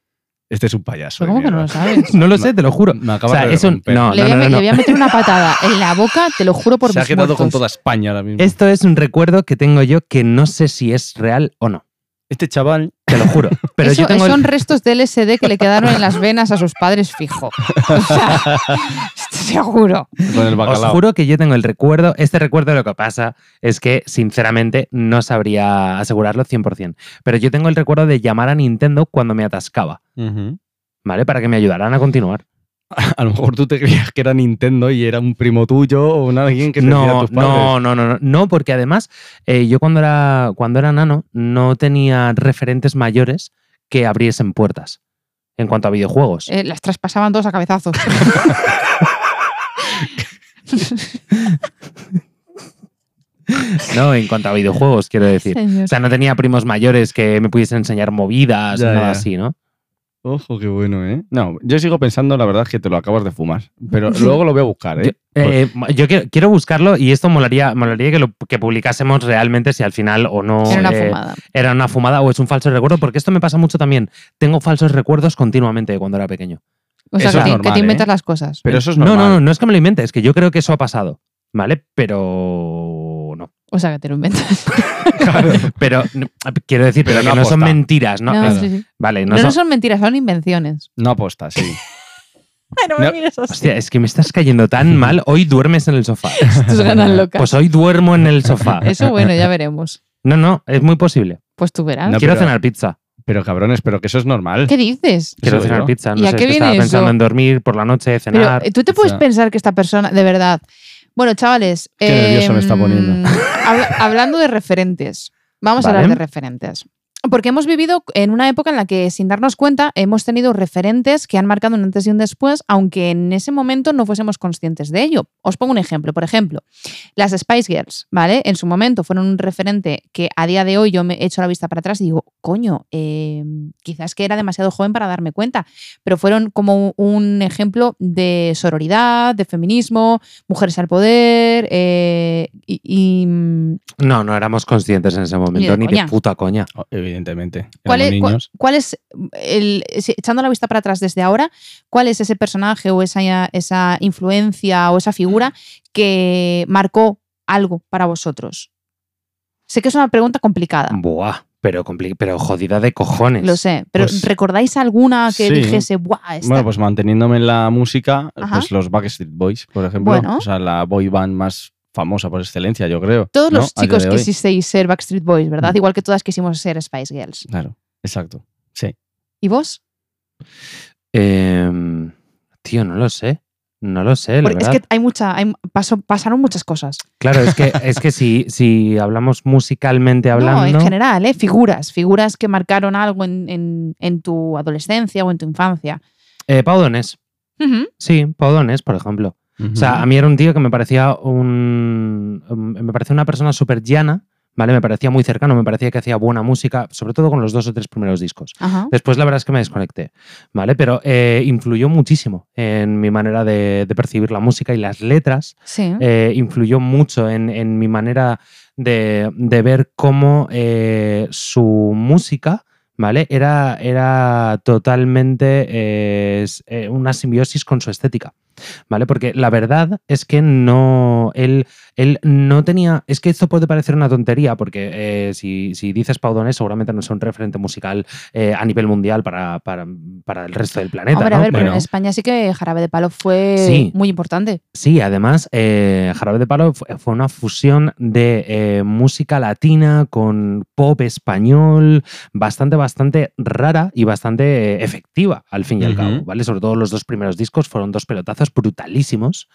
Este es un payaso.
Pero
de
¿Cómo que no
mierda.
lo sabes?
no lo sé, te lo juro.
Me
O
acabas
sea,
de
es un-
romper.
no,
le,
no,
voy a,
no, no,
le
no.
voy a meter una patada en la boca, te lo juro por
Se ha
mis
quedado con
muertos.
toda España ahora mismo.
Esto es un recuerdo que tengo yo que no sé si es real o no.
Este chaval
Te lo juro. Pero
Eso-
yo tengo el-
Son restos de LSD que le quedaron en las venas a sus padres fijo. O sea, seguro.
con el
os
bacalao.
juro que yo tengo el recuerdo. Este recuerdo lo que pasa es que, sinceramente, no sabría asegurarlo 100%. Pero yo tengo el recuerdo de llamar a Nintendo cuando me atascaba,
Ujú.
¿vale? Para que me ayudaran a continuar.
A lo mejor tú te creías que era Nintendo y era un primo tuyo o un alguien que te decía a
No,
tus padres.
no, no, no, no, no, porque además eh, yo cuando era, cuando era nano no tenía referentes mayores que abriesen puertas en cuanto a videojuegos.
Eh, las traspasaban todos a cabezazos.
No, en cuanto a videojuegos, quiero decir.
Señor.
O sea, no tenía primos mayores que me pudiesen enseñar movidas,
Ya,
nada
ya.
así, ¿no?
Ojo, qué bueno, ¿eh? No, yo sigo pensando, la verdad, que te lo acabas de fumar. Pero luego lo voy a buscar,
Yo,
¿eh?
eh, yo quiero, quiero buscarlo y esto molaría, molaría que, lo, que publicásemos realmente si al final o no
Era una
eh,
fumada.
era una fumada o es un falso recuerdo, porque esto me pasa mucho también. Tengo falsos recuerdos continuamente de cuando era pequeño.
O sea,
eso
que,
es
te-
normal,
que te inventas
¿eh?
las cosas.
Pero eso es
no,
normal.
no, no, no es que me lo invente, es que yo creo que eso ha pasado, ¿vale? Pero no.
O sea, que te lo inventas.
Pero no, quiero decir,
Pero
pero,
no
que no son
aposta.
mentiras, ¿no?
No,
Es-
sí, sí.
Vale, no,
No, no
son-
son mentiras, son invenciones.
No aposta, sí.
Ay, no me
No.
mires así.
Hostia, es que me estás cayendo tan mal. Hoy duermes en el sofá.
Tus ganas locas.
Pues hoy duermo en el sofá.
Eso, bueno, ya veremos.
No, no, es muy posible.
Pues tú verás.
No,
Quiero
pero-
cenar pizza.
Pero cabrones, pero que eso es normal.
¿Qué dices?
Quiero
Eso
cenar
yo.
pizza. No
¿Y a
sé, es
qué
que
viene
estaba pensando
eso?
en dormir por la noche,
Pero
cenar.
eh, tú te puedes
sea-
pensar que esta persona, de verdad. Bueno, chavales. em,
Qué nervioso me está poniendo.
hab- hablando de referentes. Vamos a
Vale.
hablar de referentes. Porque hemos vivido en una época en la que, sin darnos cuenta, hemos tenido referentes que han marcado un antes y un después, aunque en ese momento no fuésemos conscientes de ello. Os pongo un ejemplo. Por ejemplo, las Spice Girls, ¿vale? En su momento fueron un referente que a día de hoy yo me echo la vista para atrás y digo, coño, eh, quizás que era demasiado joven para darme cuenta, pero fueron como un ejemplo de sororidad, de feminismo, mujeres al poder eh, y- mm, y
No, no éramos conscientes en ese
Ni de
momento, ni de
coña.
puta coña.
Oh, Evidentemente.
¿Cuál es,
Éramos
cua-
niños.
cuál es el, si- echando la vista para atrás desde ahora, cuál es ese personaje o esa, esa influencia o esa
Mm.
figura que marcó algo para vosotros? Sé que es una pregunta complicada,
Buah, pero, compli- pero jodida de cojones.
Ah. lo sé, pero
Pues-
¿recordáis alguna que
Sí.
dijese, buah, esta?
Bueno, pues manteniéndome en la música,
Ajá.
pues los Backstreet Boys, por ejemplo.
Bueno.
O sea, la boy band más famosa por excelencia, yo creo.
todos
¿no?
los
A día
chicos
de
que
hoy.
quisisteis ser Backstreet Boys, ¿verdad?
Mm.
Igual que todas quisimos ser Spice Girls.
Claro, exacto.
¿Y vos?
Em, tío, no lo sé. No lo sé, la
Porque es
verdad.
que hay mucha, hay- pasó- pasaron muchas cosas.
Claro, es que, es que si, si hablamos musicalmente hablando.
No, en general, ¿eh? Figuras, figuras que marcaron algo en, en- en tu adolescencia o en tu infancia.
eh, Pau Donés.
Ujú.
Sí, Pau Donés, por ejemplo. O sea, a mí era un tío que me parecía un. un- Me parecía una persona súper llana, ¿vale? Me parecía muy cercano, me parecía que hacía buena música, sobre todo con los dos o tres primeros discos.
Ajá.
Después la verdad es que me desconecté, ¿vale? Pero eh, influyó muchísimo en mi manera de, de percibir la música y las letras.
Sí.
eh, influyó mucho en, en mi manera de, de ver cómo eh, su música, ¿vale? Era, era totalmente eh, s- eh, una simbiosis con su estética. ¿Vale? Porque la verdad es que no. Él, él no tenía. Es que esto puede parecer una tontería, porque eh, si, si dices Paudones, seguramente no es un referente musical eh, a nivel mundial para, para- para el resto del planeta.
Hombre, a
¿no?
ver, pero
Bueno.
en España sí que Jarabe de Palo fue
Sí.
muy importante.
Sí, además, eh, Jarabe de Palo fu- fue una fusión de eh, música latina con pop español, bastante, bastante rara y bastante eh, efectiva, al fin y al
Ujú.
cabo, ¿vale? Sobre todo los dos primeros discos fueron dos pelotazos brutalísimos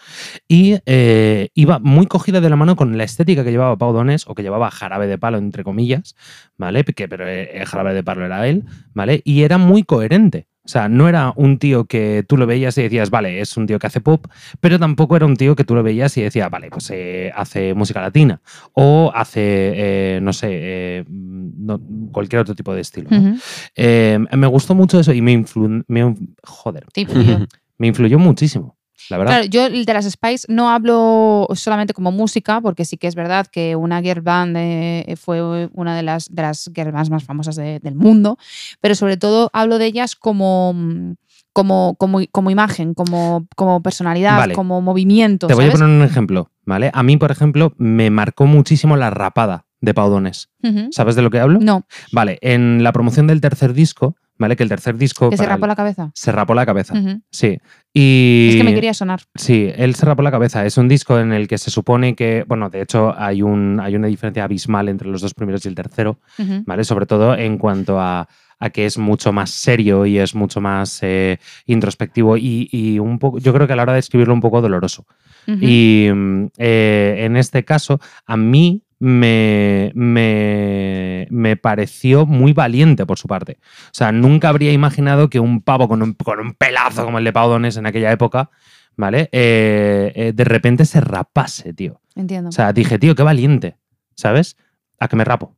y eh, iba muy cogida de la mano con la estética que llevaba Pau Donés o que llevaba Jarabe de Palo, entre comillas, ¿vale? Que, pero eh, Jarabe de Palo era él, ¿vale? Y era muy coherente. O sea, no era un tío que tú lo veías y decías, vale, es un tío que hace pop, pero tampoco era un tío que tú lo veías y decías, vale, pues eh, hace música latina o hace, eh, no sé, eh, no- cualquier otro tipo de estilo. ¿no?
Ujú.
Eh, me gustó mucho eso y me, influ- me inf- joder,
Te influyó.
me influyó muchísimo, la verdad.
Claro, yo el de las Spice no hablo solamente como música, porque sí que es verdad que una girl band eh, fue una de las, de las girl bands más famosas de- del mundo, pero sobre todo hablo de ellas como, mm, como, como, como imagen, como, como personalidad,
Vale.
como movimiento.
Te voy a
¿sabes?
poner un ejemplo, ¿vale? A mí, por ejemplo, me marcó muchísimo la rapada de Paudones.
Ujú.
¿Sabes de lo que hablo?
No,
Vale, en la promoción del tercer disco, ¿vale? Que el tercer disco...
que se
para
rapó
el-
la cabeza.
se rapó la cabeza.
Ujú.
Sí. Y...
Es que me quería sonar.
Sí, él se rapó la cabeza. Es un disco en el que se supone que, bueno, de hecho hay, un, hay una diferencia abismal entre los dos primeros y el tercero,
Ujú.
¿vale? Sobre todo en cuanto a, a que es mucho más serio y es mucho más eh, introspectivo y, y un poco, yo creo que a la hora de escribirlo un poco doloroso.
Ujú.
Y mm, eh, en este caso, a mí me, me, me pareció muy valiente por su parte. O sea, nunca habría imaginado que un pavo con un, con un pelazo como el de Paudones en aquella época, ¿vale? Eh, eh, de repente se rapase, tío.
Entiendo.
O sea, dije, tío, qué valiente, ¿sabes? A que me rapo.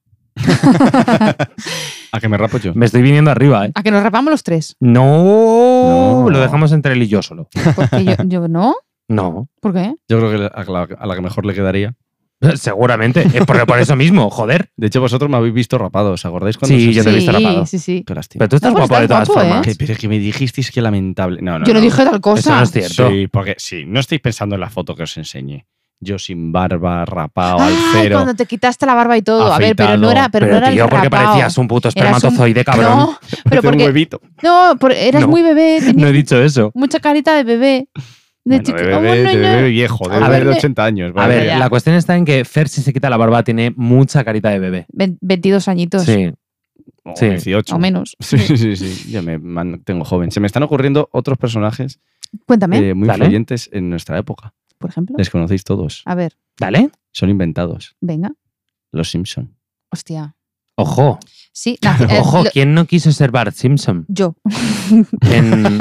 A que me rapo yo.
Me estoy viniendo arriba, ¿eh?
A que nos rapamos los tres.
No,
No.
lo dejamos entre él y yo solo.
Porque yo, yo no.
No,
¿Por qué?
Yo creo que la- a la, a la que mejor le quedaría.
seguramente. Es por, por eso mismo, joder.
De hecho, vosotros me habéis visto rapado, ¿os acordáis cuando
Sí,
se-
yo te he
sí,
visto rapado.
Sí, sí.
Qué lástima.
Pero tú estás
No, pero
guapo de
estás
todas
guapo, ¿eh?
formas.
Que- pero es que me dijisteis que lamentable. No, no,
Yo no, dije tal cosa.
Eso no es cierto.
Sí, porque sí, no estáis pensando en la foto que os enseñé. Yo sin barba, rapado, al
Ay,
cero.
Ah, cuando te quitaste la barba y todo. a ver, pero no
Afeitado.
era, pero
Pero,
no era
tío,
el
porque
rapao.
parecías un puto
Eras un-
espermatozoide, cabrón.
No, pero
Hace un
porque
huevito.
no, por- eras
No.
muy bebé, tenías
No he dicho eso.
mucha carita de bebé, de
Bueno,
chiqui-
de
oh,
bebé,
bueno,
de
no.
bebé viejo, de
A
bebé
ver,
de
de-
80 años.
A
vale.
ver,
ya.
la cuestión está en que Fer, si se quita la barba, tiene mucha carita de bebé.
Ve- 22 añitos
Sí.
O
sí.
18.
o menos.
Sí, sí, sí. Yo me mantengo joven. Se me están ocurriendo otros personajes
Cuéntame,
eh, muy
Vale.
influyentes en nuestra época.
por ejemplo.
Les conocéis todos.
A ver,
¿Vale?
Son inventados.
venga.
Los Simpson.
Hostia.
Ojo,
Sí, nací- eh,
ojo,
lo-
¿quién no quiso ser Bart Simpson?
yo.
En-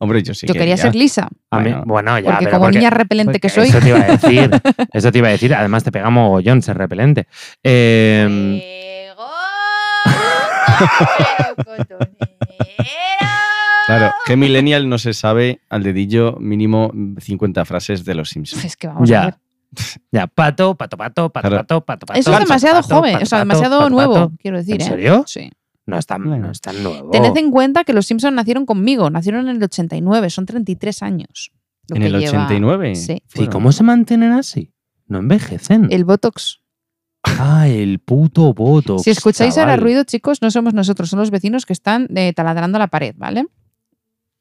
Hombre, yo sí.
yo quería ser lisa,
a mí-
Bueno,
bueno, ya,
porque
pero
como
porque-
niña repelente que soy.
porque Eso te iba a decir. eso te iba a decir. Además, te pega mogollón ser repelente. Eh,
Claro, que Millennial no se sabe al dedillo mínimo 50 frases de los Simpsons.
Es que vamos a
ya.
ver.
Ya, pato, pato, pato, pato,
Claro.
pato, pato, pato.
Eso es
pato,
demasiado
pato,
joven,
pato,
o sea,
pato,
demasiado
pato,
nuevo,
pato.
quiero decir.
¿En
¿eh?
serio? Oh.
Sí.
No es tan,
Bueno.
no es tan nuevo.
Tened en cuenta que los Simpsons nacieron conmigo, nacieron en el 89, son 33 años. lo
En
que
el
lleva-
89.
Sí.
¿Y
fueron.
cómo se mantienen así? No envejecen.
El Botox.
Ah, el puto voto.
si escucháis ahora
chaval.
ruido, chicos, no somos nosotros, son los vecinos que están eh, taladrando la pared, ¿vale?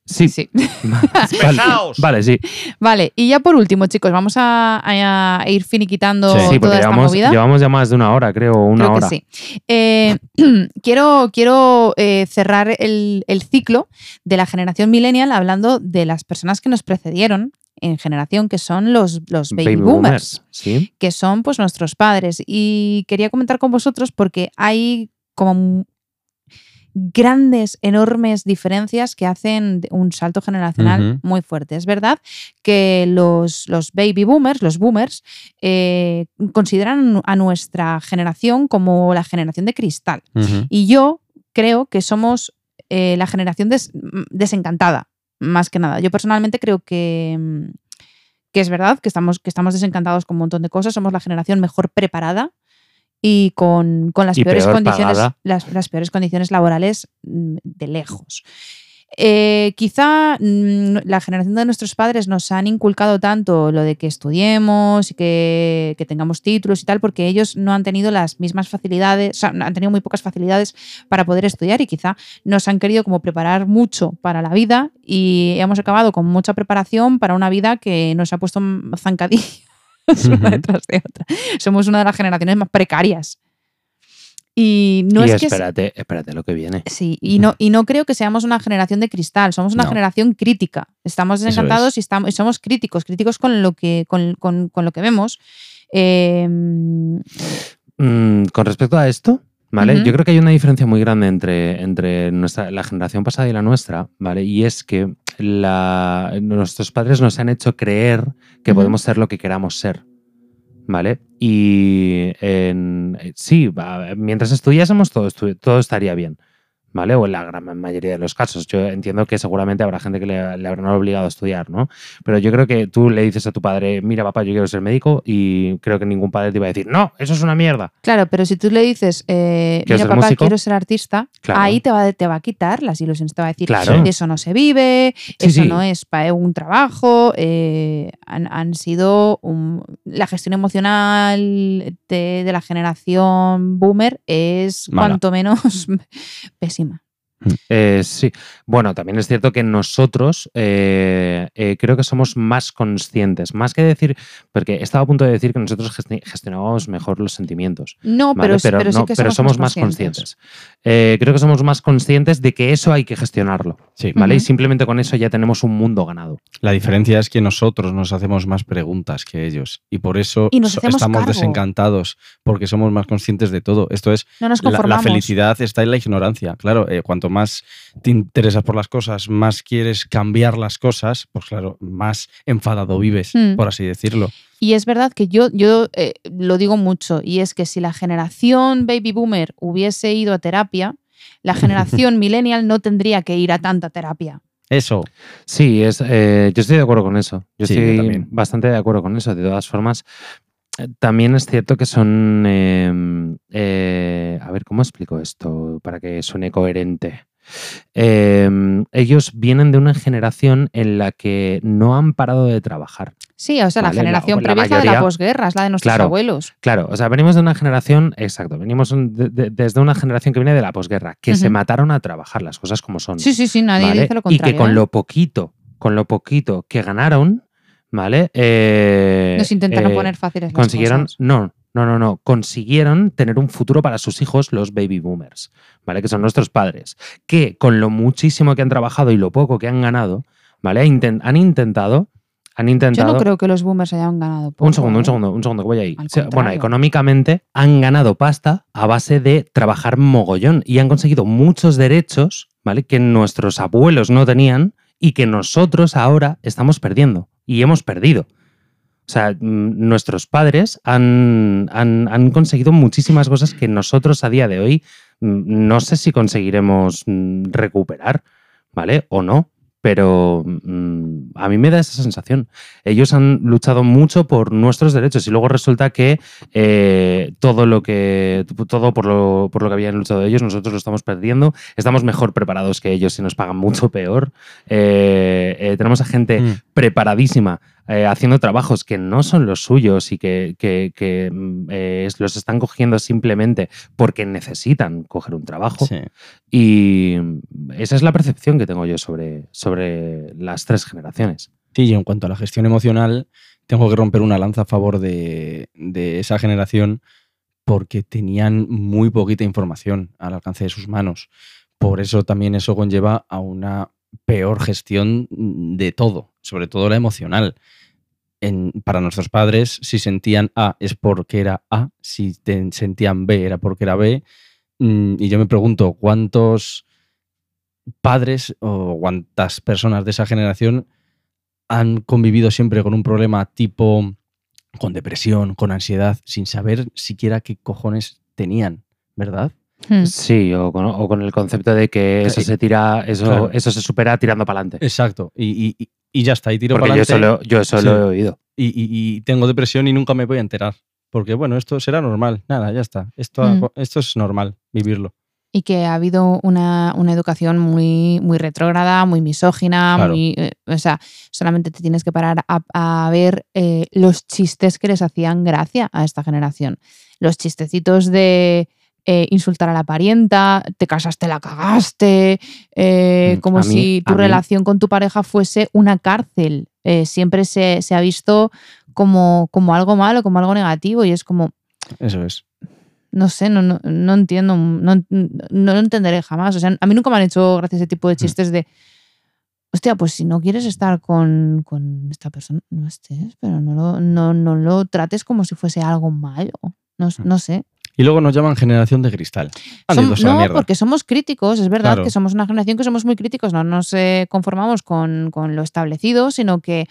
Sí.
Sí.
vale, vale, sí.
Vale, y ya por último, chicos, vamos a, a- a ir finiquitando
Sí,
Sí,
toda
porque
esta
llevamos,
movida.
llevamos ya más de una hora, creo, una
Creo
hora.
que sí. Eh, quiero quiero eh, cerrar el, el ciclo de la generación millennial hablando de las personas que nos precedieron en generación, que son los, los baby, boomers
Sí.
que son pues nuestros padres. Y quería comentar con vosotros porque hay como m- grandes, enormes diferencias que hacen de- un salto generacional
Ujú.
muy fuerte. Es verdad que los, los baby boomers, los boomers, eh, consideran a nuestra generación como la generación de cristal.
Ujú.
Y yo creo que somos eh, la generación des- m- desencantada, más que nada. Yo personalmente creo que, mm, que es verdad, que estamos, que estamos desencantados con un montón de cosas, somos la generación mejor preparada y con, con las
Y
peores
peor
condiciones
pagada.
las, las peores condiciones laborales mm, de lejos. Eh, quizá mm, la generación de nuestros padres nos han inculcado tanto lo de que estudiemos y que, que tengamos títulos y tal, porque ellos no han tenido las mismas facilidades, o sea, han tenido muy pocas facilidades para poder estudiar y quizá nos han querido como preparar mucho para la vida y hemos acabado con mucha preparación para una vida que nos ha puesto mm, zancadillas una
Ujú.
detrás de otra. Somos una de las generaciones más precarias. Y no
y
es que se-
espérate, espérate lo que viene.
Sí, y no, y no creo que seamos una generación de cristal, somos una
No.
generación crítica. Estamos desencantados y, estamos, y somos críticos, críticos con lo que, con, con- con lo que vemos. Eh,
Mm, con respecto a esto, ¿vale?
Ujú.
Yo creo que hay una diferencia muy grande entre, entre nuestra, la generación pasada y la nuestra, ¿vale? Y es que la- nuestros padres nos han hecho creer que
Ujú.
podemos ser lo que queramos ser. ¿Vale? Y en- eh, sí, va, mientras estudiásemos todo, estu- todo estaría bien. ¿Vale? O en la gran mayoría de los casos. Yo entiendo que seguramente habrá gente que le, le habrán obligado a estudiar, ¿no? Pero yo creo que tú le dices a tu padre, mira papá, yo quiero ser médico y creo que ningún padre te iba a decir, no, eso es una mierda.
claro, pero si tú le dices, eh,
¿Quieres
mira
ser
papá,
músico?
quiero ser artista,
Claro.
ahí te va, te va a quitar las ilusiones, te va a decir,
Claro.
de eso no se vive,
Sí,
eso
sí.
no es para un trabajo, eh, han, han sido un- la gestión emocional de, de la generación boomer es
Mala.
cuanto menos pésima.
Eh, sí. Bueno, también es cierto que nosotros eh, eh, creo que somos más conscientes, más que decir, porque estaba a punto de decir que nosotros gesti- gestionábamos mejor los sentimientos.
No,
¿vale?
pero, sí- pero sí
no,
que
pero
somos,
más conscientes. Eh, creo que somos más conscientes de que eso hay que gestionarlo,
Sí.
¿vale? Y
Ujú.
simplemente con eso ya tenemos un mundo ganado.
La diferencia es que nosotros nos hacemos más preguntas que ellos y por eso
Y nos
so-
hacemos
estamos
cargo.
desencantados porque somos más conscientes de todo. Esto es,
No nos
la- la,
conformamos.
felicidad está en la ignorancia. Claro, eh, cuanto más te interesas por las cosas, más quieres cambiar las cosas, pues claro, más enfadado vives,
Mm.
por así decirlo.
Y es verdad que yo, yo eh, lo digo mucho, y es que si la generación baby boomer hubiese ido a terapia, la generación millennial no tendría que ir a tanta terapia.
Eso.
Sí, es, eh, yo estoy de acuerdo con eso. Yo
Sí, yo
estoy
también.
bastante de acuerdo con eso. De todas formas, eh, también es cierto que son... eh, eh, a ver, ¿cómo explico esto para que suene coherente? Eh, ellos vienen de una generación en la que no han parado de trabajar.
Sí, o sea,
Vale,
la
la-
generación
la
previa es la de la
mayoría-
posguerra, es la de nuestros
Claro.
abuelos.
Claro, o sea, venimos de una generación, exacto, venimos un- de- de- desde una generación que viene de la posguerra, que se
Ujú.
mataron a trabajar las cosas como son.
Sí, sí, sí, nadie
¿vale?
dice lo
y
contrario.
que con
¿eh?
lo poquito, con lo poquito que ganaron, ¿vale? Eh,
Nos intentaron
eh,
poner fáciles las
Consiguieron,
cosas.
no, no, no, no, consiguieron tener un futuro para sus hijos, los baby boomers, ¿vale? Que son nuestros padres, que con lo muchísimo que han trabajado y lo poco que han ganado, ¿vale? Inten- han intentado han
Yo
intentado.
no creo que los boomers hayan ganado. poco,
Un segundo,
¿eh?
un segundo, un segundo, que voy ahí.
Al
O sea, bueno,
contrario.
económicamente han ganado pasta a base de trabajar mogollón y han conseguido muchos derechos, ¿vale? Que nuestros abuelos no tenían y que nosotros ahora estamos perdiendo y hemos perdido. O sea, mm, nuestros padres han, han- han conseguido muchísimas cosas que nosotros a día de hoy mm, no sé si conseguiremos mm, recuperar, ¿vale? O no, pero mm, a mí me da esa sensación ellos han luchado mucho por nuestros derechos y luego resulta que eh, todo lo que todo por lo, por lo que habían luchado ellos nosotros lo estamos perdiendo estamos mejor preparados que ellos y nos pagan mucho peor Eh, eh, tenemos a gente
Mm.
preparadísima eh, haciendo trabajos que no son los suyos y que, que- que, mm, eh, es- los están cogiendo simplemente porque necesitan coger un trabajo
Sí.
y mm, esa es la percepción que tengo yo sobre, sobre las tres generaciones
Sí, y en cuanto a la gestión emocional, tengo que romper una lanza a favor de, de esa generación porque tenían muy poquita información al alcance de sus manos. Por eso también eso conlleva a una peor gestión de todo, sobre todo la emocional. En- para nuestros padres, si sentían A es porque era A, si te- sentían B era porque era B. Mm, Y yo me pregunto, ¿cuántos padres o cuántas personas de esa generación han convivido siempre con un problema tipo con depresión, con ansiedad, sin saber siquiera qué cojones tenían, ¿verdad?
Hmm.
Sí, o con, o con el concepto de que eso
Sí.
se tira, eso,
Claro.
eso se supera tirando para adelante.
Exacto. Y, y- y- y ya está, y tiro
Porque
para
yo
adelante
eso, lo, yo eso
Sí.
lo he oído.
y, y- y tengo depresión y nunca me voy a enterar. Porque bueno, esto será normal. Nada, ya está. Esto,
Mm.
esto es normal, vivirlo.
Y que ha habido una, una educación muy, muy retrógrada, muy misógina,
Claro.
muy, eh, o sea, solamente te tienes que parar a, a ver eh, los chistes que les hacían gracia a esta generación. Los chistecitos de eh, insultar a la parienta, te casaste, la cagaste, eh,
Mm,
como
a mí-
si tu
a mí-
relación con tu pareja fuese una cárcel. Eh, siempre se, se ha visto como, como algo malo, como algo negativo y es como,
Eso es.
no sé, no, no, no entiendo, no, no lo entenderé jamás. O sea, a mí nunca me han hecho gracia ese tipo de chistes de, hostia, pues si no quieres estar con, con esta persona, no estés, pero no lo, no, no lo trates como si fuese algo malo. No, no sé.
Y luego nos llaman generación de cristal. Han
Som-
ido a la
no,
mierda.
porque somos críticos, es verdad
Claro.
que somos una generación que somos muy críticos, no nos eh, conformamos con, con lo establecido, sino que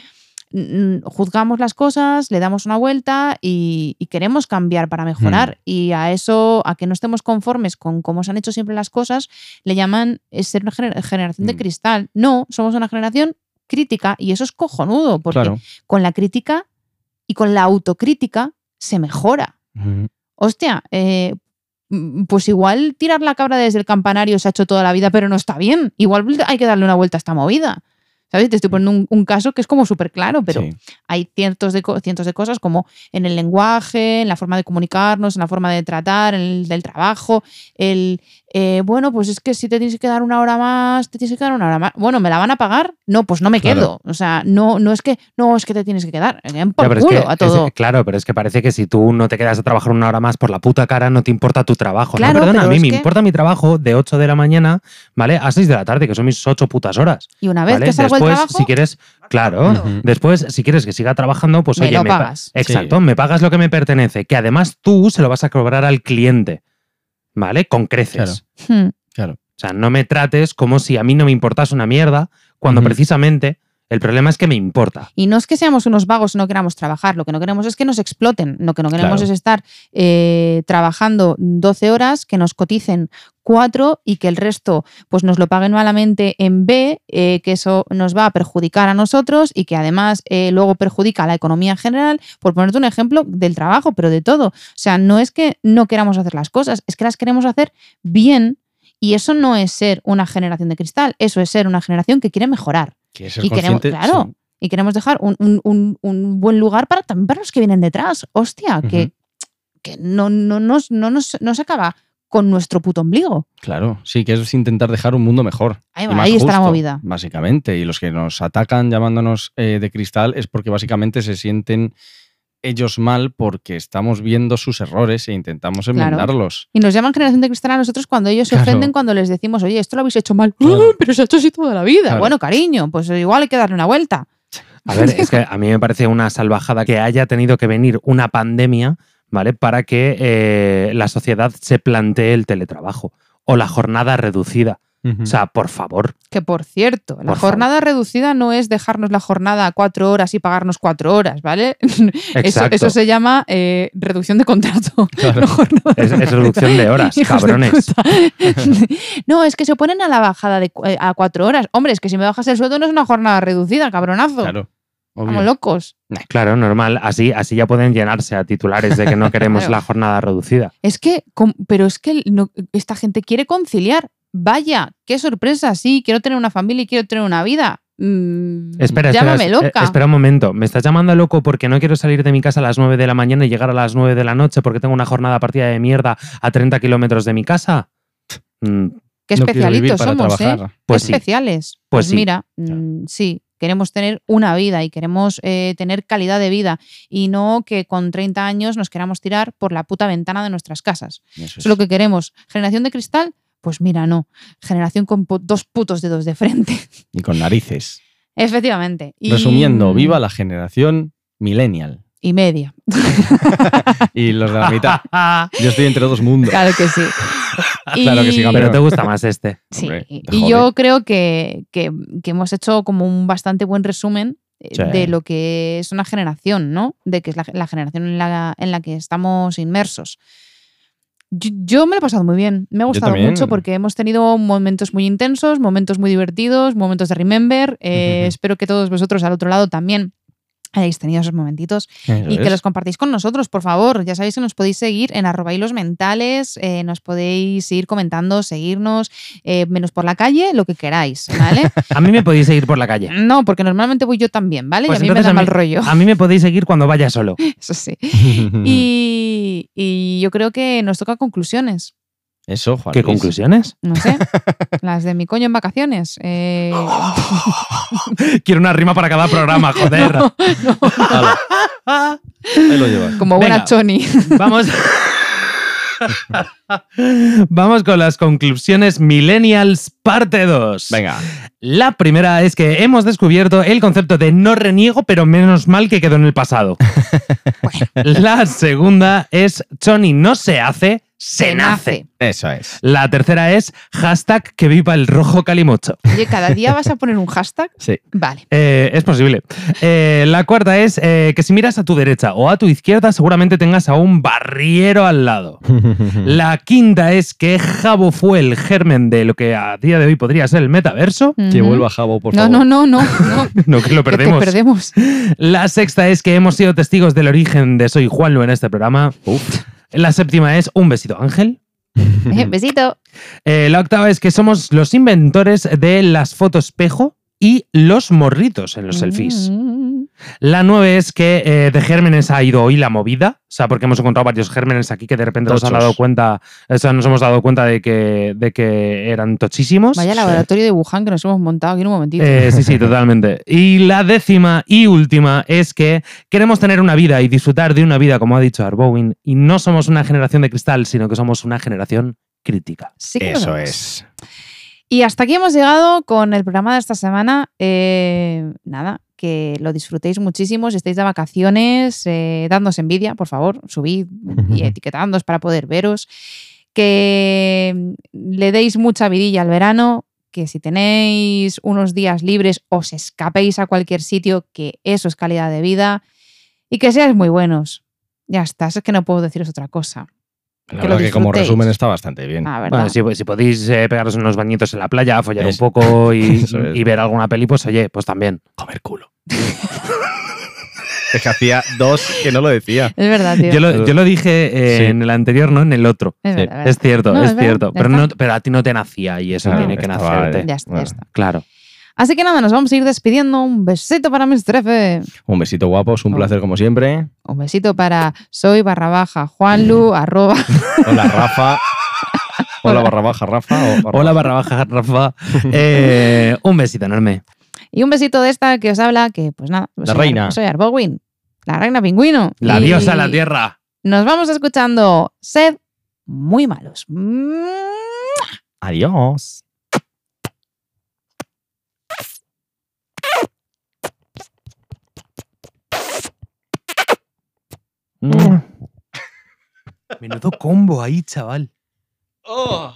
mm, juzgamos las cosas, le damos una vuelta y, y queremos cambiar para
Hmm.
mejorar. Y a eso, a que no estemos conformes con cómo se han hecho siempre las cosas, le llaman eh, ser una gener- generación de
Mm.
cristal. No, somos una generación crítica y eso es cojonudo, porque
Claro.
con la crítica y con la autocrítica se mejora
Mm.
hostia, eh, mm, pues igual tirar la cabra desde el campanario se ha hecho toda la vida, pero no está bien. Igual hay que darle una vuelta a esta movida. ¿Sabes? Te estoy poniendo un, un caso que es como súper claro, pero
Sí.
hay cientos de, co- cientos de cosas como en el lenguaje, en la forma de comunicarnos, en la forma de tratar, en el del trabajo, el, eh, bueno, pues es que si te tienes que dar una hora más, te tienes que quedar una hora más. Bueno, ¿me la van a pagar? No, pues no me
Claro.
quedo. O sea, no, no es que, no, es que te tienes que quedar. Eh,
Ya,
Por
pero es
culo
que-
a
es-
todo.
claro, pero es que parece que si tú no te quedas a trabajar una hora más por la puta cara, no te importa tu trabajo.
Claro,
no, perdona, a
pero
mí
es
me
que-
importa mi trabajo de 8 de la mañana, ¿vale? A 6 de la tarde, que son mis 8 putas horas.
y una vez
¿vale?
que salgo del
Después,
trabajo,
si quieres, claro.
Ujú.
Después, si quieres que siga trabajando, pues
me
oye,
lo
me pa-
pagas.
Exacto, me pagas lo que me pertenece, que además tú se lo vas a cobrar al cliente, ¿vale? Con creces.
Claro.
Hmm.
O sea, no me trates como si a mí no me importase una mierda, cuando
Ujú.
precisamente el problema es que me importa.
Y no es que seamos unos vagos y no queramos trabajar, lo que no queremos es que nos exploten, lo que no queremos
Claro.
es estar eh, trabajando 12 horas, que nos coticen 4 y que el resto pues nos lo paguen malamente en B, eh, que eso nos va a perjudicar a nosotros y que además eh, luego perjudica a la economía en general, por ponerte un ejemplo del trabajo, pero de todo. O sea, no es que no queramos hacer las cosas, es que las queremos hacer bien. Y eso no es ser una generación de cristal, eso es ser una generación que quiere mejorar
Que ser
y queremos-
consciente-
claro,
sí.
y queremos dejar un, un- un- un buen lugar para también para los que vienen detrás. Hostia, que, que no, no, nos, no, nos, no se acaba con nuestro puto ombligo.
Claro, sí, que es intentar dejar un mundo mejor.
Ahí,
Y
va,
más
ahí está la
justo,
movida.
Básicamente, y los que nos atacan llamándonos eh, de cristal es porque básicamente se sienten ellos mal porque estamos viendo sus errores e intentamos
Claro.
enmendarlos.
Y nos llaman generación de cristal a nosotros cuando ellos se
Claro.
ofenden cuando les decimos, oye, esto lo habéis hecho mal,
Claro.
"Ah, pero se ha hecho así toda la vida.
Claro.
Bueno, cariño, pues igual hay que darle una vuelta.
A ver, es que a mí me parece una salvajada que haya tenido que venir una pandemia, ¿vale? Para que eh, la sociedad se plantee el teletrabajo o la jornada reducida.
Ujú.
O sea, por favor.
Que por cierto, la
Por
jornada reducida no es dejarnos la jornada a cuatro horas y pagarnos cuatro horas, ¿vale? Eso,
Exacto.
eso se llama eh, reducción de contrato.
Claro.
no jornada
Es- es
completa.
reducción de horas,
Hijos de
cabrones.
puta. no, es que se oponen a la bajada de, cu- eh, a cuatro horas. Hombre, es que si me bajas el sueldo no es una jornada reducida, cabronazo.
Claro. obvio.
Como locos.
Claro, normal. Así, así ya pueden llenarse a titulares de que no queremos
Claro.
la jornada reducida.
Es que, com- pero es que no- esta gente quiere conciliar. Vaya, qué sorpresa. Sí, quiero tener una familia y quiero tener una vida. Mm,
Espera, espera,
llámame
es-
loca.
eh, espera un momento. ¿Me estás llamando loco porque no quiero salir de mi casa a las 9 de la mañana y llegar a las 9 de la noche porque tengo una jornada partida de mierda a 30 kilómetros de mi casa? Mm,
Qué
No quiero vivir
especialitos
para
somos, ¿eh?
trabajar.
pues sí.
especiales. Pues,
Pues sí.
mira, mm, sí, queremos tener una vida y queremos eh, tener calidad de vida y no que con 30 años nos queramos tirar por la puta ventana de nuestras casas.
Eso
Eso
es.
es lo que queremos. Generación de cristal, pues mira, no. Generación con po- dos putos dedos de frente.
Y con narices.
Efectivamente. Y- mm.
Resumiendo, viva la generación millennial.
Y media.
Y los de la mitad. Yo estoy entre dos mundos.
Claro que sí.
Claro que sí,
Y-
campeón.
Pero te gusta más este.
Sí,
Hombre,
y
joder.
yo creo que, que- que hemos hecho como un bastante buen resumen eh,
Sí.
de lo que es una generación, ¿no? De que es la, la generación en la, en la que estamos inmersos. Yo, yo me lo he pasado muy bien, me ha gustado
también.
mucho porque hemos tenido momentos muy intensos, momentos muy divertidos, momentos de remember. eh,
Ujú.
Espero que todos vosotros al otro lado también hayáis tenido esos momentitos
Eso
y que
es.
los compartáis con nosotros, por favor. Ya sabéis que nos podéis seguir en arroba hilos mentales, eh, nos podéis ir comentando, seguirnos, eh, menos por la calle, lo que queráis, ¿vale?
A mí me podéis seguir por la calle.
no, porque normalmente voy yo también, ¿vale? y
Pues
a mí me
entonces
da
a mí-
mal rollo,
A mí me podéis seguir cuando vaya solo.
eso sí.
Mm.
Y, y yo creo que nos toca conclusiones,
Eso, Juan
¿Qué
Luis.
conclusiones?
no sé, las de mi coño en vacaciones. eh,
Quiero una rima para cada programa, joder.
Ala, Ahí lo llevas.
como buena
Venga.
Choni.
Vamos. Vamos con las conclusiones Millennials parte 2.
Venga.
La primera es que hemos descubierto el concepto de no reniego, pero menos mal que quedó en el pasado. La segunda es Choni no se hace, se nace.
Eso es.
La tercera es hashtag que viva el rojo calimocho.
Oye, cada día vas a poner un hashtag.
Sí.
Vale.
Eh, es posible. Eh, la cuarta es eh, que si miras a tu derecha o a tu izquierda seguramente tengas a un barriero al lado. La quinta es que Jabo fue el germen de lo que a día de hoy podría ser el metaverso.
Que
Ujú.
vuelva Jabo, por
No,
favor.
no, no, no, no.
No, que lo
que te
perdemos.
perdemos.
La sexta es que hemos sido testigos del origen de Soy Juanlu en este programa. La séptima es un besito ángel.
Eh, besito.
Eh, la octava es que somos los inventores de las fotos espejo y los morritos en los selfies.
Mm.
La nueve es que eh, de gérmenes ha ido hoy la movida, o sea, porque hemos encontrado varios gérmenes aquí que de repente nos han
Tochos.
dado cuenta, o sea, nos hemos dado cuenta de que, de que eran tochísimos.
Vaya laboratorio de Wuhan que nos hemos montado aquí en un momentito.
Eh, sí, sí, totalmente. Y la décima y última es que queremos tener una vida y disfrutar de una vida, como ha dicho Arbowin, y no somos una generación de cristal, sino que somos una generación crítica.
Sí que lo
Eso
somos.
es.
Y hasta aquí hemos llegado con el programa de esta semana. Eh, nada, que lo disfrutéis muchísimo. Si estáis de vacaciones, eh, dadnos envidia, por favor, subid y etiquetadnos para poder veros. Que le deis mucha vidilla al verano. Que si tenéis unos días libres, os escapéis a cualquier sitio, que eso es calidad de vida. Y que seáis muy buenos. Ya está, es que no puedo deciros otra cosa.
La
Que lo
verdad que como
disfrutéis. Ah.
resumen está bastante bien.
La verdad.
Bueno, si, si podéis eh, pegaros unos bañitos en la playa, follar
Eso.
un poco y,
Eso es.
y ver alguna peli, pues oye, pues también.
Comer culo. es que hacía dos que no lo decía.
Es verdad, tío.
Yo lo, yo lo dije eh,
Sí.
en el anterior, no en el otro.
Es
Sí.
verdad,
Es
es
cierto,
No,
es,
es verdad,
cierto.
ya
Pero,
está.
no, pero a ti no te nacía y eso
No,
tiene que
estaba-
nacerte.
verdad. Ya está, ya
Bueno.
está.
Claro.
Así que nada, nos vamos a ir despidiendo. Un besito para Mestrefe.
Un besito guapos, un
Oh.
placer como siempre.
Un besito para soy barra baja
Mm.
Juanlu, arroba.
Hola Rafa. Hola barra baja Rafa. o barra
Hola,
baja.
barra baja, Rafa. Eh, un besito enorme.
Y un besito de esta que os habla, que pues nada.
La
soy Ar-
reina.
soy Arbowin, la reina pingüino.
La
Y
diosa de la tierra.
Nos vamos escuchando. Sed muy malos. Mm.
Adiós.
Menudo combo ahí, chaval.
¡Oh!